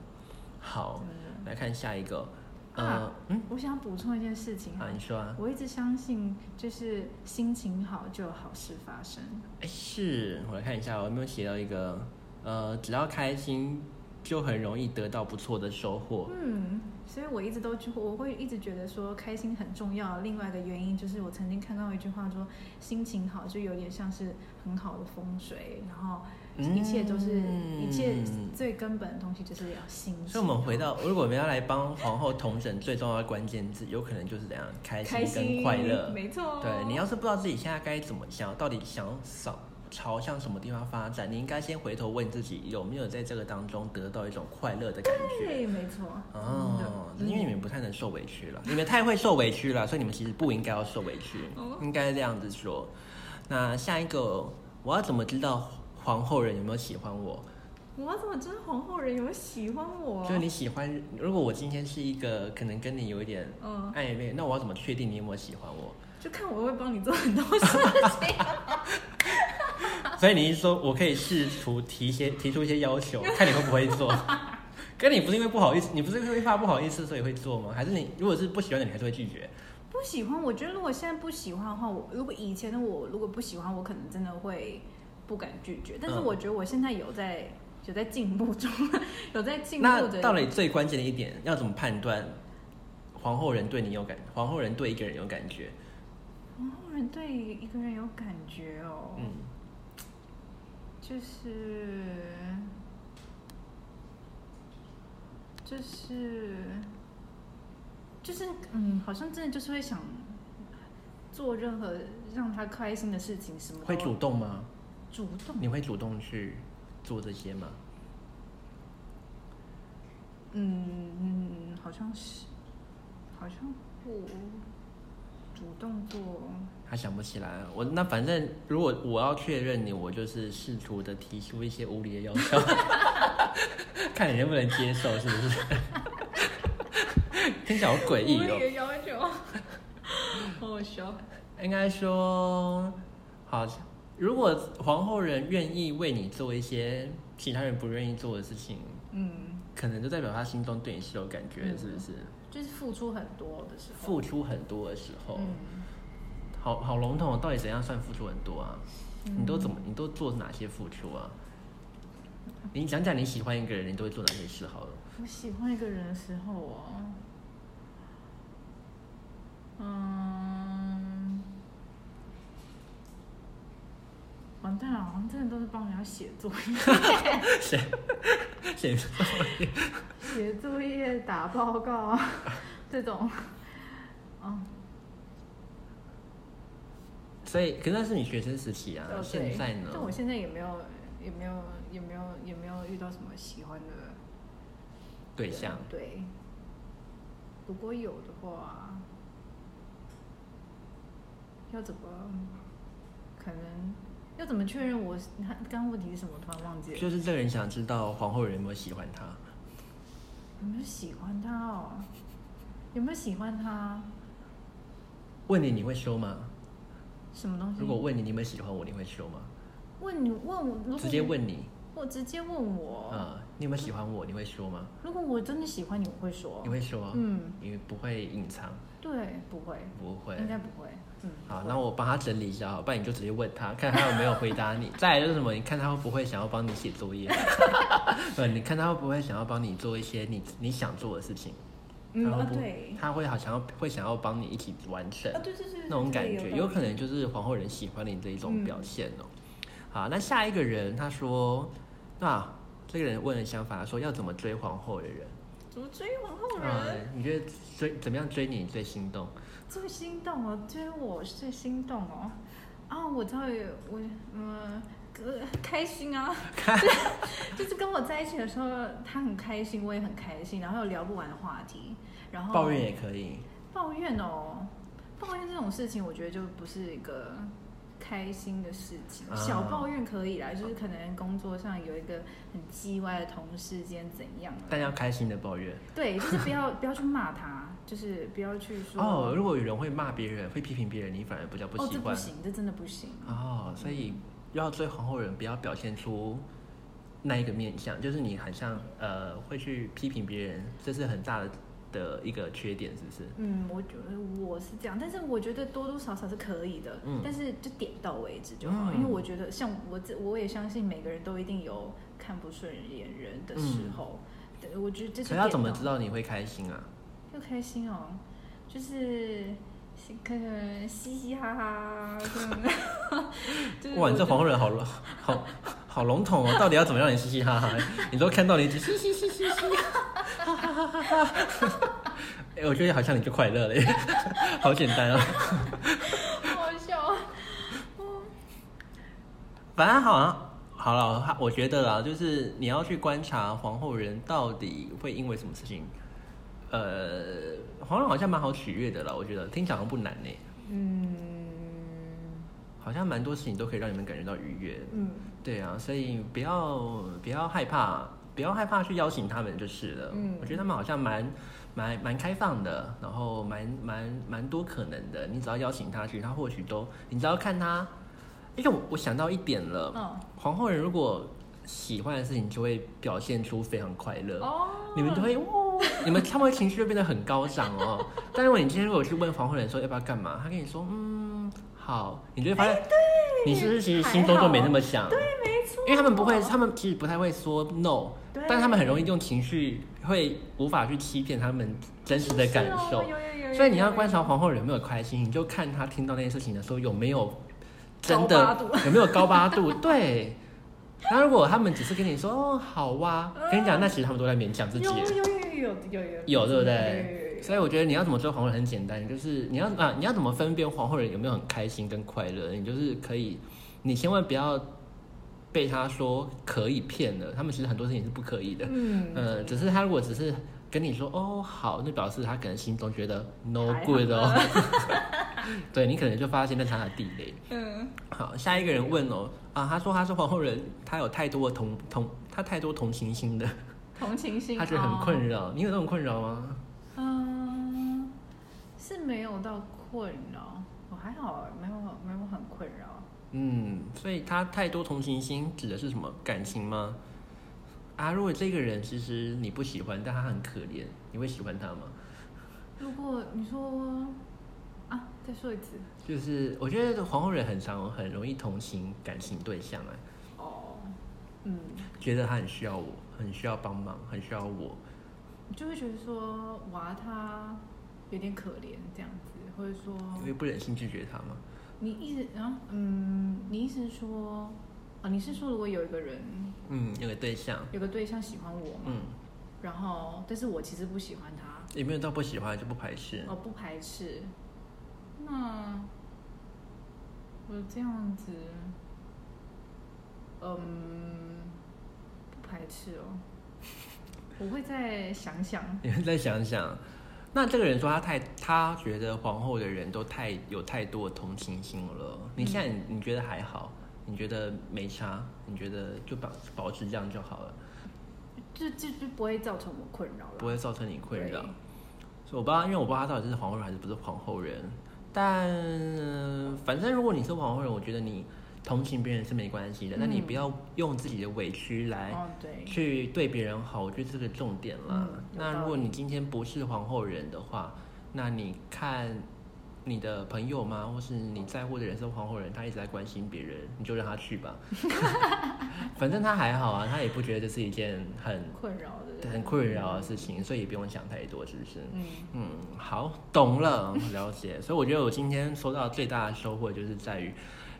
好，
真的
来看下一个，呃
啊，
嗯，
我想补充一件事情
啊，你说啊，
我一直相信，就是心情好就有好事发生。
哎，是我来看一下，我哦有没有写到一个，呃，只要开心就很容易得到不错的收获。
嗯，所以我一直都觉，我会一直觉得说开心很重要。另外一个原因就是我曾经看到一句话说，心情好就有点像是很好的风水，然后一切都是、一切
嗯
最根本的东西就是要心情好。
所以，我们回到，如果我们要来帮皇后同整最重要的关键字，有可能就是怎样开
开
心
心
跟快乐。
没错。
对，你要是不知道自己现在该怎么想，到底想朝朝向什么地方发展，你应该先回头问自己，有没有在这个当中得到一种快乐的感觉。
对，没错。
哦，
真的
因为你们不太能受委屈了，你们太会受委屈了，所以你们其实不应该要受委屈
哦，
应该这样子说。那下一个，我要怎么知道皇后人有没有喜欢我？
我要怎么知道皇后人有没有喜欢我？
就是你喜欢，如果我今天是一个可能跟你有一点
嗯，
暧昧，那我要怎么确定你有没有喜欢我？
就看我会帮你做很多事情。
所以你是说我可以试图提一些提出一些要 求，看你会不会做？ 跟你不是因为不好意思，你不是因为怕不好意思所以会做吗？还是你如果是不喜欢的，你还是会拒绝？
不喜欢，我觉得如果现在不喜欢的话，我如果以前的我如果不喜欢，我可能真的会不敢拒绝。但是
嗯
我觉得我现在有在、有在进步中， 有在进步
那
的。
到底最关键的一点要怎么判断皇后人对你有感，皇后人对一个人有感觉？
然后人对一个人有感觉哦，
嗯，
就是就是就是嗯，好像真的就是会想做任何让他开心的事情，什么都
会主动吗？
主动
你会主动去做这些吗？
嗯，好像是，好像不主动做。
他想不起来，啊我那反正如果我要确认你，我就是试图的提出一些无理的要求， 看你能不能接受，是不是？ 听起来好诡异哦。
要求，好好笑。
应该说，好，如果皇后人愿意为你做一些其他人不愿意做的事情，
嗯，
可能就代表他心中对你是有感觉的，是不是？
就是付出很多的时候。
付出很多的时候，
嗯，
好好笼统，哦到底怎样算付出很多啊？你
嗯
都怎么，你都做哪些付出啊？你讲讲你喜欢一个人，你都会做哪些事好了？
我喜欢一个人的时候哦，嗯，完蛋了，好像真的都是帮人家写作业。
谁谁
写作业、打报告啊，这种，嗯，
所以，可是那是你学生时期啊
哦对，
现在呢？
但我现在也没有，也没有，也没有，也没有遇到什么喜欢的
对象，
对，如果有的话，要怎么？可能要怎么确认我是？他刚刚问题是什么？我突然忘记了。
就是这个人想知道皇后人有没有喜欢他。
有没有喜欢他哦？有没有喜欢他？
问你你会修吗？
什么东西？
如果问你你有没有喜欢我，你会修吗？
问你问我，如果
直接问你，
我直接问我，
呃，你有没有喜欢我？你会说吗？
如果我真的喜欢你，我会说
你，会说？
嗯，
你不会隐藏，
对，不会，
不会。
应该不会，嗯，
好，
不会
那我帮他整理一下，好，不然你就直接问他，看他有没有回答你。 再来就是什么，你看他会不会想要帮你写作业？ 不，你看他会不会想要帮你做一些你你想做的事情？
嗯
他会
啊
不
对，
他会好想要会想要帮你一起完成
啊对对对，
那种感觉，有可
能
能就是皇后人喜欢你这一种
嗯
表现哦、好，那下一个人他说，那这个人问了想法，说要怎么追皇后的人？
怎么追皇后
啊
人？
你觉得追怎么样追你最心动？
最心动哦，追我最心动哦。啊、我知道有我嗯，呃开心 啊，就是就是跟我在一起的时候，他很开心，我也很开心，然后有聊不完的话题，然后
抱怨也可以，
抱怨哦，抱怨这种事情，我觉得就不是一个开心的事情。
啊
小抱怨可以啦，就是可能工作上有一个很叽歪的同事间怎样啊了，
但要开心的抱怨。
对，就是不要 不要去骂他，就是不要去说
哦，如果有人会骂别人，会批评别人，你反而比较不
哦，
喜
这不
欢。
行，这真的不行。
哦，所以要追皇后人，不要表现出那一个面相，就是你很像呃会去批评别人，这是很大的的一个缺点，是不是？
嗯，我觉得我是这样，但是我觉得多多少少是可以的，
嗯
但是就点到为止就好。
嗯
因为我觉得像我自我也相信每个人都一定有看不顺眼人的时候，对，我觉得这
嗯
是
可
哦
要怎么知
道？
道你会开心啊？
就开心哦，就是可能嘻嘻哈哈， 就是
哇，你这皇
黄
后人好 笼好好笼统哦，到底要怎么让你嘻嘻哈哈？ 你都看到你嘻 嘻嘻嘻嘻嘻，哈哈哈哈哈。哎、我觉得好像你就快乐了耶， 好简单哦。
好笑，啊
反正好像好了，我觉得啦，就是你要去观察皇后人到底会因为什么事情。呃，皇后人好像蛮好取悦的啦，我觉得听起来好像不难呢，
嗯
好像蛮多事情都可以让你们感觉到愉悦。
嗯，
对啊，所以不要不要害怕，不要害怕去邀请他们就是了。
嗯
我觉得他们好像蛮蛮蛮开放的，然后蛮蛮蛮多可能的。你只要邀请他去，他或许都，你只要看他。因为我我想到一点了，
嗯
皇后人如果喜欢的事情，就会表现出非常快乐。
哦，
你们就会哦，你们他们情绪会变得很高涨 哦。但如果你今天如果去问皇后人说要不要干嘛，他跟你说嗯好，你就会发
哎
现，你是不是其实心中就没那么想？对，
没错，
因为他们不会，他们其实不太会说 no，
对
但他们很容易用情绪会无法去欺骗他们真实的感
是
受
哦。有有有有
所以你要观察
有有
皇后人有没有开心，你就看她听到那些事情的时候有没有真
高八
的
度
有没有高八度。对，那如果他们只是跟你说哦好哇，跟你讲，那其实他们都在勉强自己。
嗯有有有有有
有对不
有有有
对
有？
所以我觉得你要怎么追皇后人很简单，就是你要啊，你要怎么分辨皇后人有没有很开心跟快乐？你就是可以，你千万不要被他说可以骗了，他们其实很多事情是不可以的。
嗯，
呃，只是他如果只是跟你说哦好，那表示他可能心中觉得 no
还好
good 哦， 对你可能就发现那是他的地雷。
嗯，
好，下一个人问哦啊，他说他是皇后人，他有太多的同同，他太多同情心的，
同情心，
他觉得很
扰。
困扰。你有那种困扰吗？
嗯，是没有到困扰，我还好，没有没有很困扰。
嗯，所以他太多同情心指的是什么感情吗？啊，如果这个人其实你不喜欢，但他很可怜，你会喜欢他吗？
如果你说啊，再说一次
就是我觉得皇后人很常很容易同情感情对象啊，
哦，嗯，
觉得他很需要我，很需要帮忙，很需要我。
你就会觉得说娃他有点可怜这样子，或者说
你会不忍心拒绝他吗？
你一直啊，嗯，你意思是说啊，你是说如果有一个人
嗯，有个对象，
有个对象喜欢我嘛，
嗯，
然后但是我其实不喜欢他，
也没有到不喜欢就不排斥。
我不排斥。那我这样子，嗯，不排斥 哦。我会再想想，
你们再想想，那这个人说他太，他觉得皇后的人都太有太多的同情心了。你现在你你觉得还好？你觉得没差？你觉得就保保持这样就好了，
就就就不会造成我困扰
不
了。
会造成你困扰
对。
所以我不知道，因为我不知道他到底是呃皇后人还是不是皇后人。但反正如果你是皇后人，我觉得你同情别人是没关系的，那你不要用自己的委屈来
嗯哦，对，
去对别人好，我觉得这个重点啦。
嗯有道
那
理
如果你今天不是皇后人的话，那你看你的朋友吗，或是你在乎的人是皇后人，他一直在关心别人，你就让他去吧。 反正他还好啊，他也不觉得这是一件很
困扰的，
很困扰的事情，所以也不用想太多，是不是？
嗯，
嗯，好，懂了， 了解。所以我觉得我今天收到最大的收获就是在于，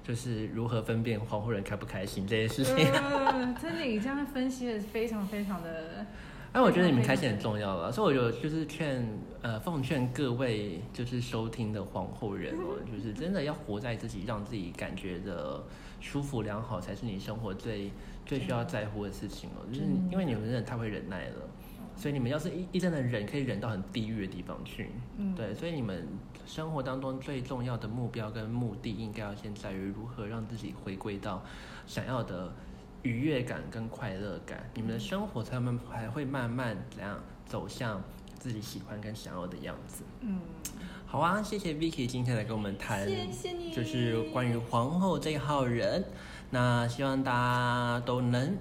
就是如何分辨皇后人开不开心这件事情。
呃真的，你这样分析的非常非常的，
哎，我觉得你们开心很重要了，所以我就就是劝呃奉劝各位就是收听的皇后人哦，就是真的要活在自己，让自己感觉的舒服良好，才是你生活最最需要在乎的事情哦。就是
嗯
因为你们真的太会忍耐了，所以你们要是一一真的忍，可以忍到很地狱的地方去。
嗯，
对，所以你们生活当中最重要的目标跟目的，应该要先在于如何让自己回归到想要的愉悦感跟快乐感，你们
嗯
的生活才慢还会慢慢怎样走向自己喜欢跟想要的样子。
嗯，
好啊，谢谢 Vicky 今天来跟我们谈，
谢谢你，
就是关于皇后这一号人。那希望大家都能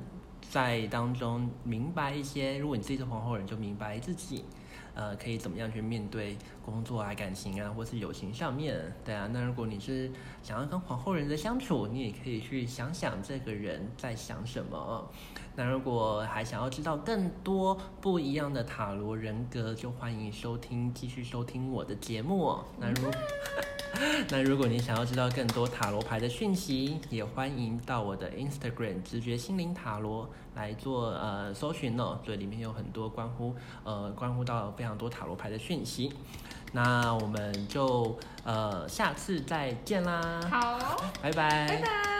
在当中明白一些，如果你自己是皇后人，就明白自己。呃，可以怎么样去面对工作啊、感情啊，或是友情上面？对啊，那如果你是想要跟皇后人的相处，你也可以去想想这个人在想什么。那如果还想要知道更多不一样的塔罗人格，就欢迎收听继续收听我的节目、哦。那如 那如果你想要知道更多塔罗牌的讯息，也欢迎到我的 Instagram 直觉心灵塔罗来做呃搜寻哦，对，里面有很多关乎呃关乎到非常多塔罗牌的讯息。那我们就呃下次再见啦，
好，
拜哎
拜拜。